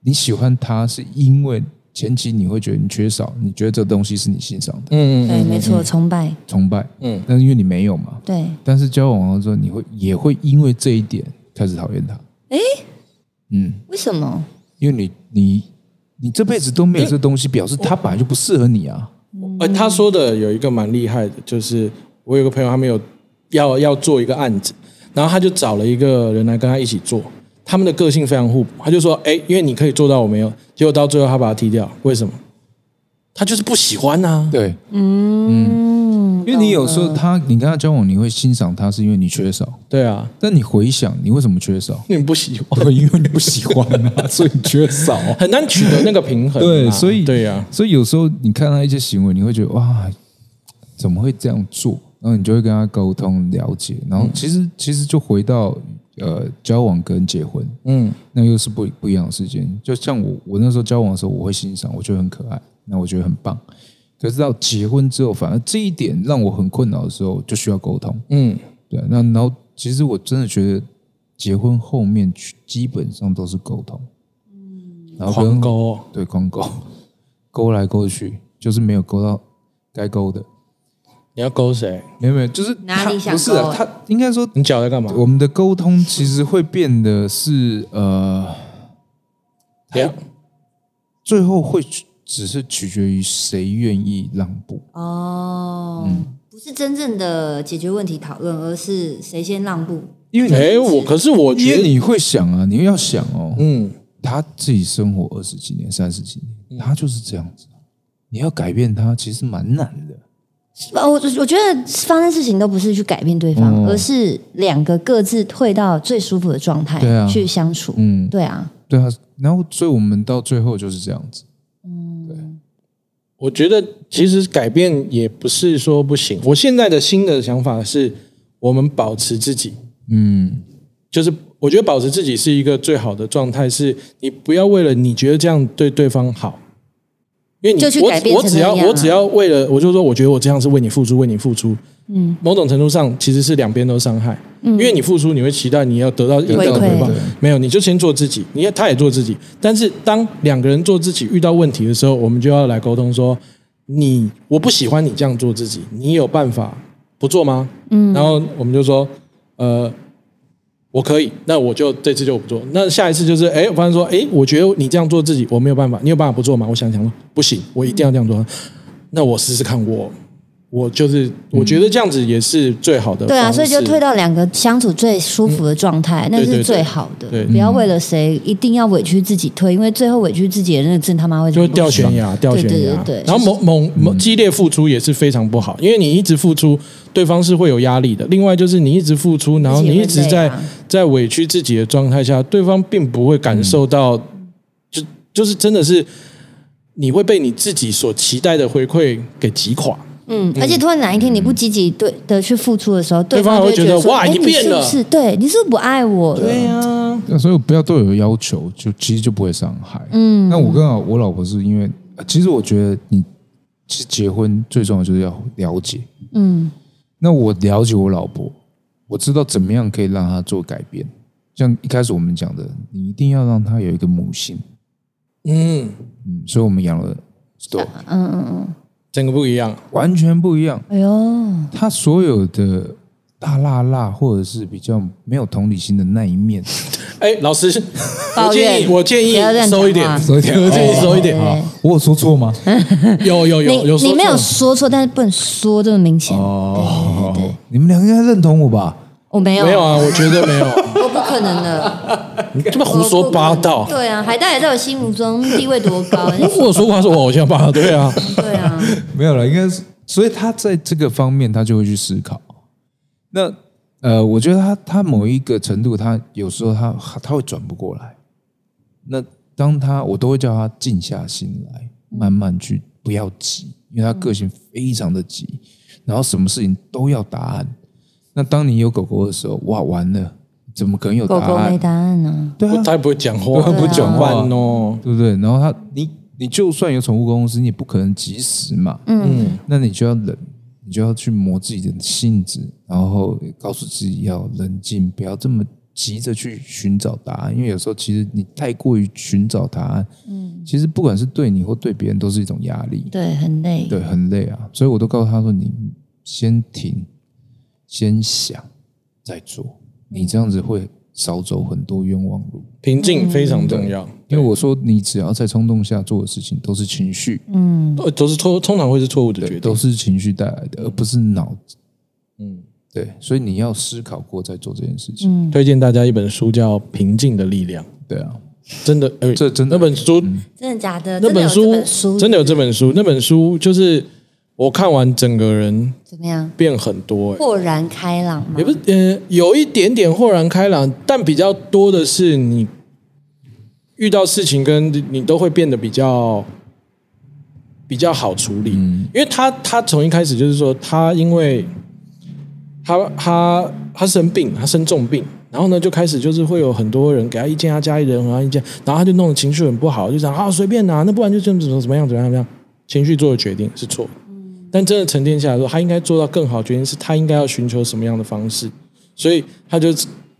Speaker 2: 你喜欢他是因为前期你会觉得你缺少，你觉得这东西是你欣赏的
Speaker 1: 嗯
Speaker 3: 对，没错，崇拜，
Speaker 2: 崇拜，
Speaker 1: 嗯
Speaker 2: 嗯，但是因为你没有嘛，
Speaker 3: 对，
Speaker 2: 但是交往了之后，你会也会因为这一点开始讨厌他，嗯
Speaker 3: 为什么？
Speaker 2: 因为你你你这辈子都没有这东西，表示他本来就不适合你啊。
Speaker 1: 呃，他说的有一个蛮厉害的，就是我有个朋友，他们有要要做一个案子，然后他就找了一个人来跟他一起做，他们的个性非常互补。他就说：“哎，因为你可以做到，我没有。”结果到最后他把他踢掉，为什么？他就是不喜欢啊呐、
Speaker 2: 对，
Speaker 3: 嗯，
Speaker 2: 因为你有时候他，你跟他交往，你会欣赏他，是因为你缺少。
Speaker 1: 对啊，？
Speaker 2: 但你回想，你为什么缺少
Speaker 1: 你不喜欢，
Speaker 2: 哦对，因为你不喜欢 啊，所以你缺少。
Speaker 1: 很难取得那个平衡、啊。
Speaker 2: 对，所以
Speaker 1: 对呀、
Speaker 2: 所以有时候你看他一些行为，你会觉得哇，怎么会这样做？然后你就会跟他沟通了解，然后其实、其实就回到呃交往跟结婚，
Speaker 1: 嗯
Speaker 2: 那又是不不一样的事情。就像我我那时候交往的时候，我会欣赏，我觉得很可爱，那我觉得很棒。可是到结婚之后，反而这一点让我很困扰的时候，就需要沟通。
Speaker 1: 嗯，
Speaker 2: 对，那然后其实我真的觉得，结婚后面去基本上都是沟通，嗯，然后
Speaker 1: 狂
Speaker 2: 跟
Speaker 1: 勾、哦，
Speaker 2: 对狂勾，勾来勾去，就是没有勾到该勾的，
Speaker 1: 你要勾谁？
Speaker 2: 没有没有，就是
Speaker 3: 哪里
Speaker 2: 他
Speaker 3: 想
Speaker 2: 不是、
Speaker 3: 勾啊
Speaker 2: 啊、他应该说，
Speaker 1: 你脚在干嘛？
Speaker 2: 我们的沟通其实会变得是呃，
Speaker 1: 等一下
Speaker 2: 最后会只是取决于谁愿意让步。
Speaker 3: 哦，不是真正的解决问题讨论，而是谁先让步。
Speaker 2: 因为你
Speaker 1: 哎，我可是我
Speaker 2: 因
Speaker 1: 觉
Speaker 2: 为
Speaker 1: 得，
Speaker 2: 你会想啊，你要想哦，
Speaker 1: 嗯，
Speaker 2: 他自己生活二十几年、三十几年，他就是这样子。你要改变他，其实蛮难的。
Speaker 3: 呃，我我觉得发生事情都不是去改变对方，
Speaker 2: 嗯
Speaker 3: 而是两个各自退到最舒服的状态
Speaker 2: 对啊
Speaker 3: 去相处。
Speaker 2: 嗯，
Speaker 3: 对啊，
Speaker 2: 对啊。然后，所以我们到最后就是这样子。
Speaker 1: 我觉得其实改变也不是说不行。我现在的新的想法是，我们保持自己，
Speaker 2: 嗯，
Speaker 1: 就是我觉得保持自己是一个最好的状态，是你不要为了你觉得这样对对方好，因为你
Speaker 3: 就去改变
Speaker 1: 我我
Speaker 3: 成
Speaker 1: 只要
Speaker 3: 那样啊
Speaker 1: 我只要为了我就说我觉得我这样是为你付出，为你付出，嗯，某种程度上其实是两边都伤害，因为你付出，你会期待你要得到应有的
Speaker 3: 嗯回
Speaker 1: 回
Speaker 3: 馈
Speaker 1: 报
Speaker 2: 对，
Speaker 1: 没有，你就先做自己，你也他也做自己。但是当两个人做自己遇到问题的时候，我们就要来沟通说，你我不喜欢你这样做自己，你有办法不做吗？嗯，然后我们就说，呃。我可以，那我就这次就不做。那下一次就是，哎，我发现说，哎，我觉得你这样做自己，我没有办法，你有办法不做吗？我想想说，不行，我一定要这样做。那我试试看我，我就是我觉得这样子也是最好的、
Speaker 3: 对啊，所以就退。到两个相处最舒服的状态，那
Speaker 1: 嗯对
Speaker 3: 是
Speaker 1: 对
Speaker 3: 最好的。
Speaker 1: 对
Speaker 3: 不要
Speaker 2: 嗯
Speaker 3: 为了谁一定要委屈自己退，因为最后委屈自己的那个真的他妈会
Speaker 1: 就会掉悬崖，掉悬崖。
Speaker 3: 对对对
Speaker 1: 嗯然后猛猛猛激烈付出也是非常不好，因为你一直付出，对方是会有压力的。另外就是你一直付出，然后你一直在、
Speaker 3: 啊
Speaker 1: 在委屈自己的状态下，对方并不会感受到，就就是真的是你会被你自己所期待的回馈给击垮。
Speaker 3: 嗯，而且突然哪一天你不积极对的去付出的时候，
Speaker 1: 对
Speaker 3: 方
Speaker 1: 方还
Speaker 3: 就会
Speaker 1: 会觉得
Speaker 3: 说
Speaker 1: 哇
Speaker 3: 哎
Speaker 1: 你变了
Speaker 3: 是不是？对，你是不是不爱我了？
Speaker 1: 呀、啊，
Speaker 2: 那所以不要对我有要求，就其实就不会伤害。
Speaker 3: 嗯
Speaker 2: 那我跟老我老婆是因为，呃其实我觉得你其实结婚最重要就是要了解。
Speaker 3: 嗯
Speaker 2: 那我了解我老婆，我知道怎么样可以让她做改变。像一开始我们讲的，你一定要让她有一个母性。
Speaker 1: 嗯，
Speaker 2: 嗯，所以我们养了 Store，
Speaker 3: 嗯嗯嗯，
Speaker 1: 整个不一样。
Speaker 2: 完全不一样。
Speaker 3: 哎呦，
Speaker 2: 他所有的大辣辣，或者是比较没有同理心的那一面，
Speaker 1: 哎，老师， 我
Speaker 3: 抱
Speaker 1: 建
Speaker 3: 怨
Speaker 1: 议我建议
Speaker 3: 不要乱讲
Speaker 1: 收一点
Speaker 3: 话，
Speaker 2: 收一点
Speaker 1: 我建议
Speaker 2: 哦
Speaker 1: 收一点。
Speaker 3: 对
Speaker 2: 我有说错吗？
Speaker 1: 有有有有
Speaker 3: 你
Speaker 1: 说
Speaker 3: 你没有
Speaker 1: 错
Speaker 3: 说错，但是不能说这么明显。
Speaker 2: 哦，你们两个应该认同我吧？
Speaker 3: 我没有，
Speaker 1: 没有，啊？我觉得没有，
Speaker 3: 我不可能的，
Speaker 1: 你这么胡说八道。
Speaker 3: 对啊，海带也在我心目中地位多高？哎
Speaker 1: 我有说话是我偶像吧？对啊，
Speaker 3: 对啊，
Speaker 2: 没有了，应该是，所以他在这个方面，他就会去思考。那呃，我觉得他他某一个程度，他有时候他他会转不过来。那当他，我都会叫他静下心
Speaker 3: 嗯
Speaker 2: 来，慢慢去，不要急，因为他个性非常的急，然后什么事情都要答案。那当你有狗狗的时候，哇，完了，怎么可能有答
Speaker 3: 狗
Speaker 2: 案？
Speaker 3: 狗没答案呢、
Speaker 2: 对
Speaker 1: 我
Speaker 2: 啊，
Speaker 1: 太不会讲话，
Speaker 2: 对啊不讲话
Speaker 1: 怎么办哦。
Speaker 2: 对不对？然后他，你你就算有宠物公司，你也不可能及时嘛。
Speaker 1: 嗯，
Speaker 2: 那你就要冷，你就要去磨自己的性子，然后告诉自己要冷静，不要这么急着去寻找答案，因为有时候其实你太过于寻找答案，嗯，其实不管是对你或对别人都是一种压力，
Speaker 3: 对，很累。
Speaker 2: 对，很累啊。所以我都告诉他说，你先停，先想，再做，你这样子会少走很多冤枉路。
Speaker 1: 平静非常重要，
Speaker 2: 因为我说，你只要在冲动下做的事情都是情绪，
Speaker 3: 嗯，
Speaker 1: 呃都是错，通常会是错误的
Speaker 2: 对，
Speaker 1: 决定
Speaker 2: 都。是情绪带来的，而不是脑子。
Speaker 1: 嗯，
Speaker 2: 对，所以你要思考过再做这件事
Speaker 3: 嗯
Speaker 2: 情。
Speaker 1: 推荐大家一本书叫《平静的力量》，
Speaker 2: 对啊，
Speaker 1: 真的，嗯哎，
Speaker 2: 这真的
Speaker 1: 那本书
Speaker 3: 真的假的？
Speaker 1: 那本
Speaker 3: 真的有这
Speaker 1: 书
Speaker 3: 本书
Speaker 1: 真的有这本书，那本书就是我看完整个人
Speaker 3: 怎么样？
Speaker 1: 变很多，哎
Speaker 3: 豁然开朗吗
Speaker 1: 也？不是，呃，有一点点豁然开朗，但比较多的是你遇到事情跟你都会变得比较比较好处理，因为他他从一开始就是说他因为他他他生病，他生重病。然后呢，就开始就是会有很多人给他意见，他家里人然后意见，然后他就弄得情绪很不好，就想啊随便拿、那不然就这样子怎么样怎么样怎么样，情绪做的决定是错的。但真的沉淀下来之后，他应该做到更好，决定是他应该要寻求什么样的方式，所以他就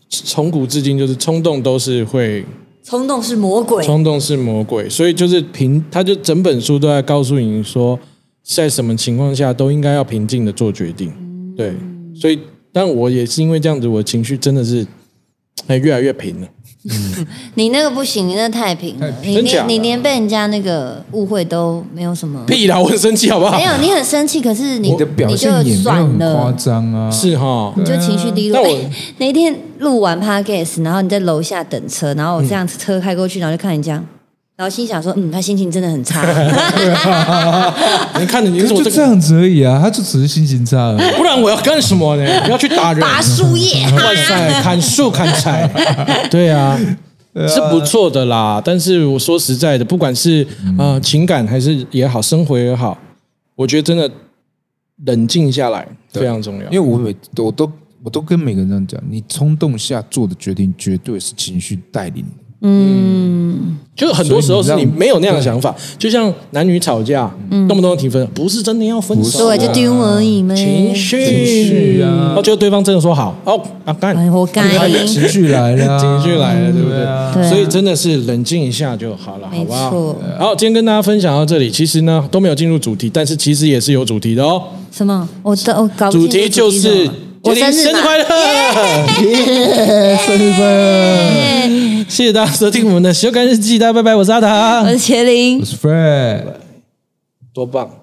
Speaker 1: 从古至今就是冲动都是会，
Speaker 3: 冲动是魔鬼。
Speaker 1: 冲动是魔鬼，所以就是平，他就整本书都在告诉你说，在什么情况下都应该要平静的做决定，对，所以但我也是因为这样子，我情绪真的是哎越来越平了，
Speaker 3: 你那个不行，你那太平了，你
Speaker 1: 真假
Speaker 3: 连
Speaker 1: 的
Speaker 3: 你连被人家那个误会都没有什么。
Speaker 1: 屁啊啦，我很生气好不好
Speaker 3: 没？有，你很生气，可是你
Speaker 2: 你的表现
Speaker 3: 你
Speaker 2: 也
Speaker 3: 就
Speaker 2: 没有
Speaker 3: 算
Speaker 2: 很夸
Speaker 3: 了，
Speaker 2: 张啊，
Speaker 1: 是哈
Speaker 3: 你，就情绪低落。
Speaker 1: 啊但我
Speaker 3: 哎那一天录完 podcast，然后你在楼下等车，然后我这样车开过去，然后就看你这样，然后心想说，嗯，他心情真的 很差。
Speaker 1: 你看着你
Speaker 2: 可
Speaker 1: 是
Speaker 2: 是
Speaker 1: 我
Speaker 2: 就
Speaker 1: 这个，
Speaker 2: 这样子而已啊，他就只是心情差而 已。
Speaker 1: 不然我要干什么呢？要去打人？
Speaker 3: 拔 树叶，
Speaker 1: 哇塞，砍树砍柴，对 啊，是不错的啦。但是我说实在的，不管是呃情感还是也好，生活也好，我觉得真的冷静下来非常重要
Speaker 2: 因。为我每我都我都跟每个人这样讲，你冲动下做的决定绝对是情绪带领的，
Speaker 3: 嗯，
Speaker 1: 就是很多时候是
Speaker 2: 所
Speaker 1: 你
Speaker 2: 以你让
Speaker 1: 没有那样的想法，就像男女吵架，动不动提分，不是真的要分手啊，
Speaker 3: 对，就丢而已嘛。
Speaker 1: 情绪
Speaker 2: 情绪啊
Speaker 1: 然后结果对方真的说好，哦，啊干，
Speaker 3: 哎，活该。
Speaker 2: 情绪来了 啊，
Speaker 1: 情绪来了，对不
Speaker 2: 对啊
Speaker 1: 嗯对？
Speaker 3: 对啊
Speaker 1: 所以真的是冷静一下就好了，好
Speaker 3: 没
Speaker 1: 不好？
Speaker 3: 错
Speaker 1: 好，今天跟大家分享到这里，其实呢都没有进入主题，但是其实也是有主题的哦。
Speaker 3: 什么？我的我搞不
Speaker 1: 主
Speaker 3: 清楚
Speaker 1: 题就是
Speaker 3: 什么我生日
Speaker 1: 生日
Speaker 3: 嘛
Speaker 1: 快乐！
Speaker 2: 生日快乐！
Speaker 1: 谢谢大家收听我们的《修改日记》，大家拜拜，我是阿
Speaker 3: 我
Speaker 1: 唐，
Speaker 3: 是茄林
Speaker 2: 我。是 Fred。
Speaker 1: 多棒！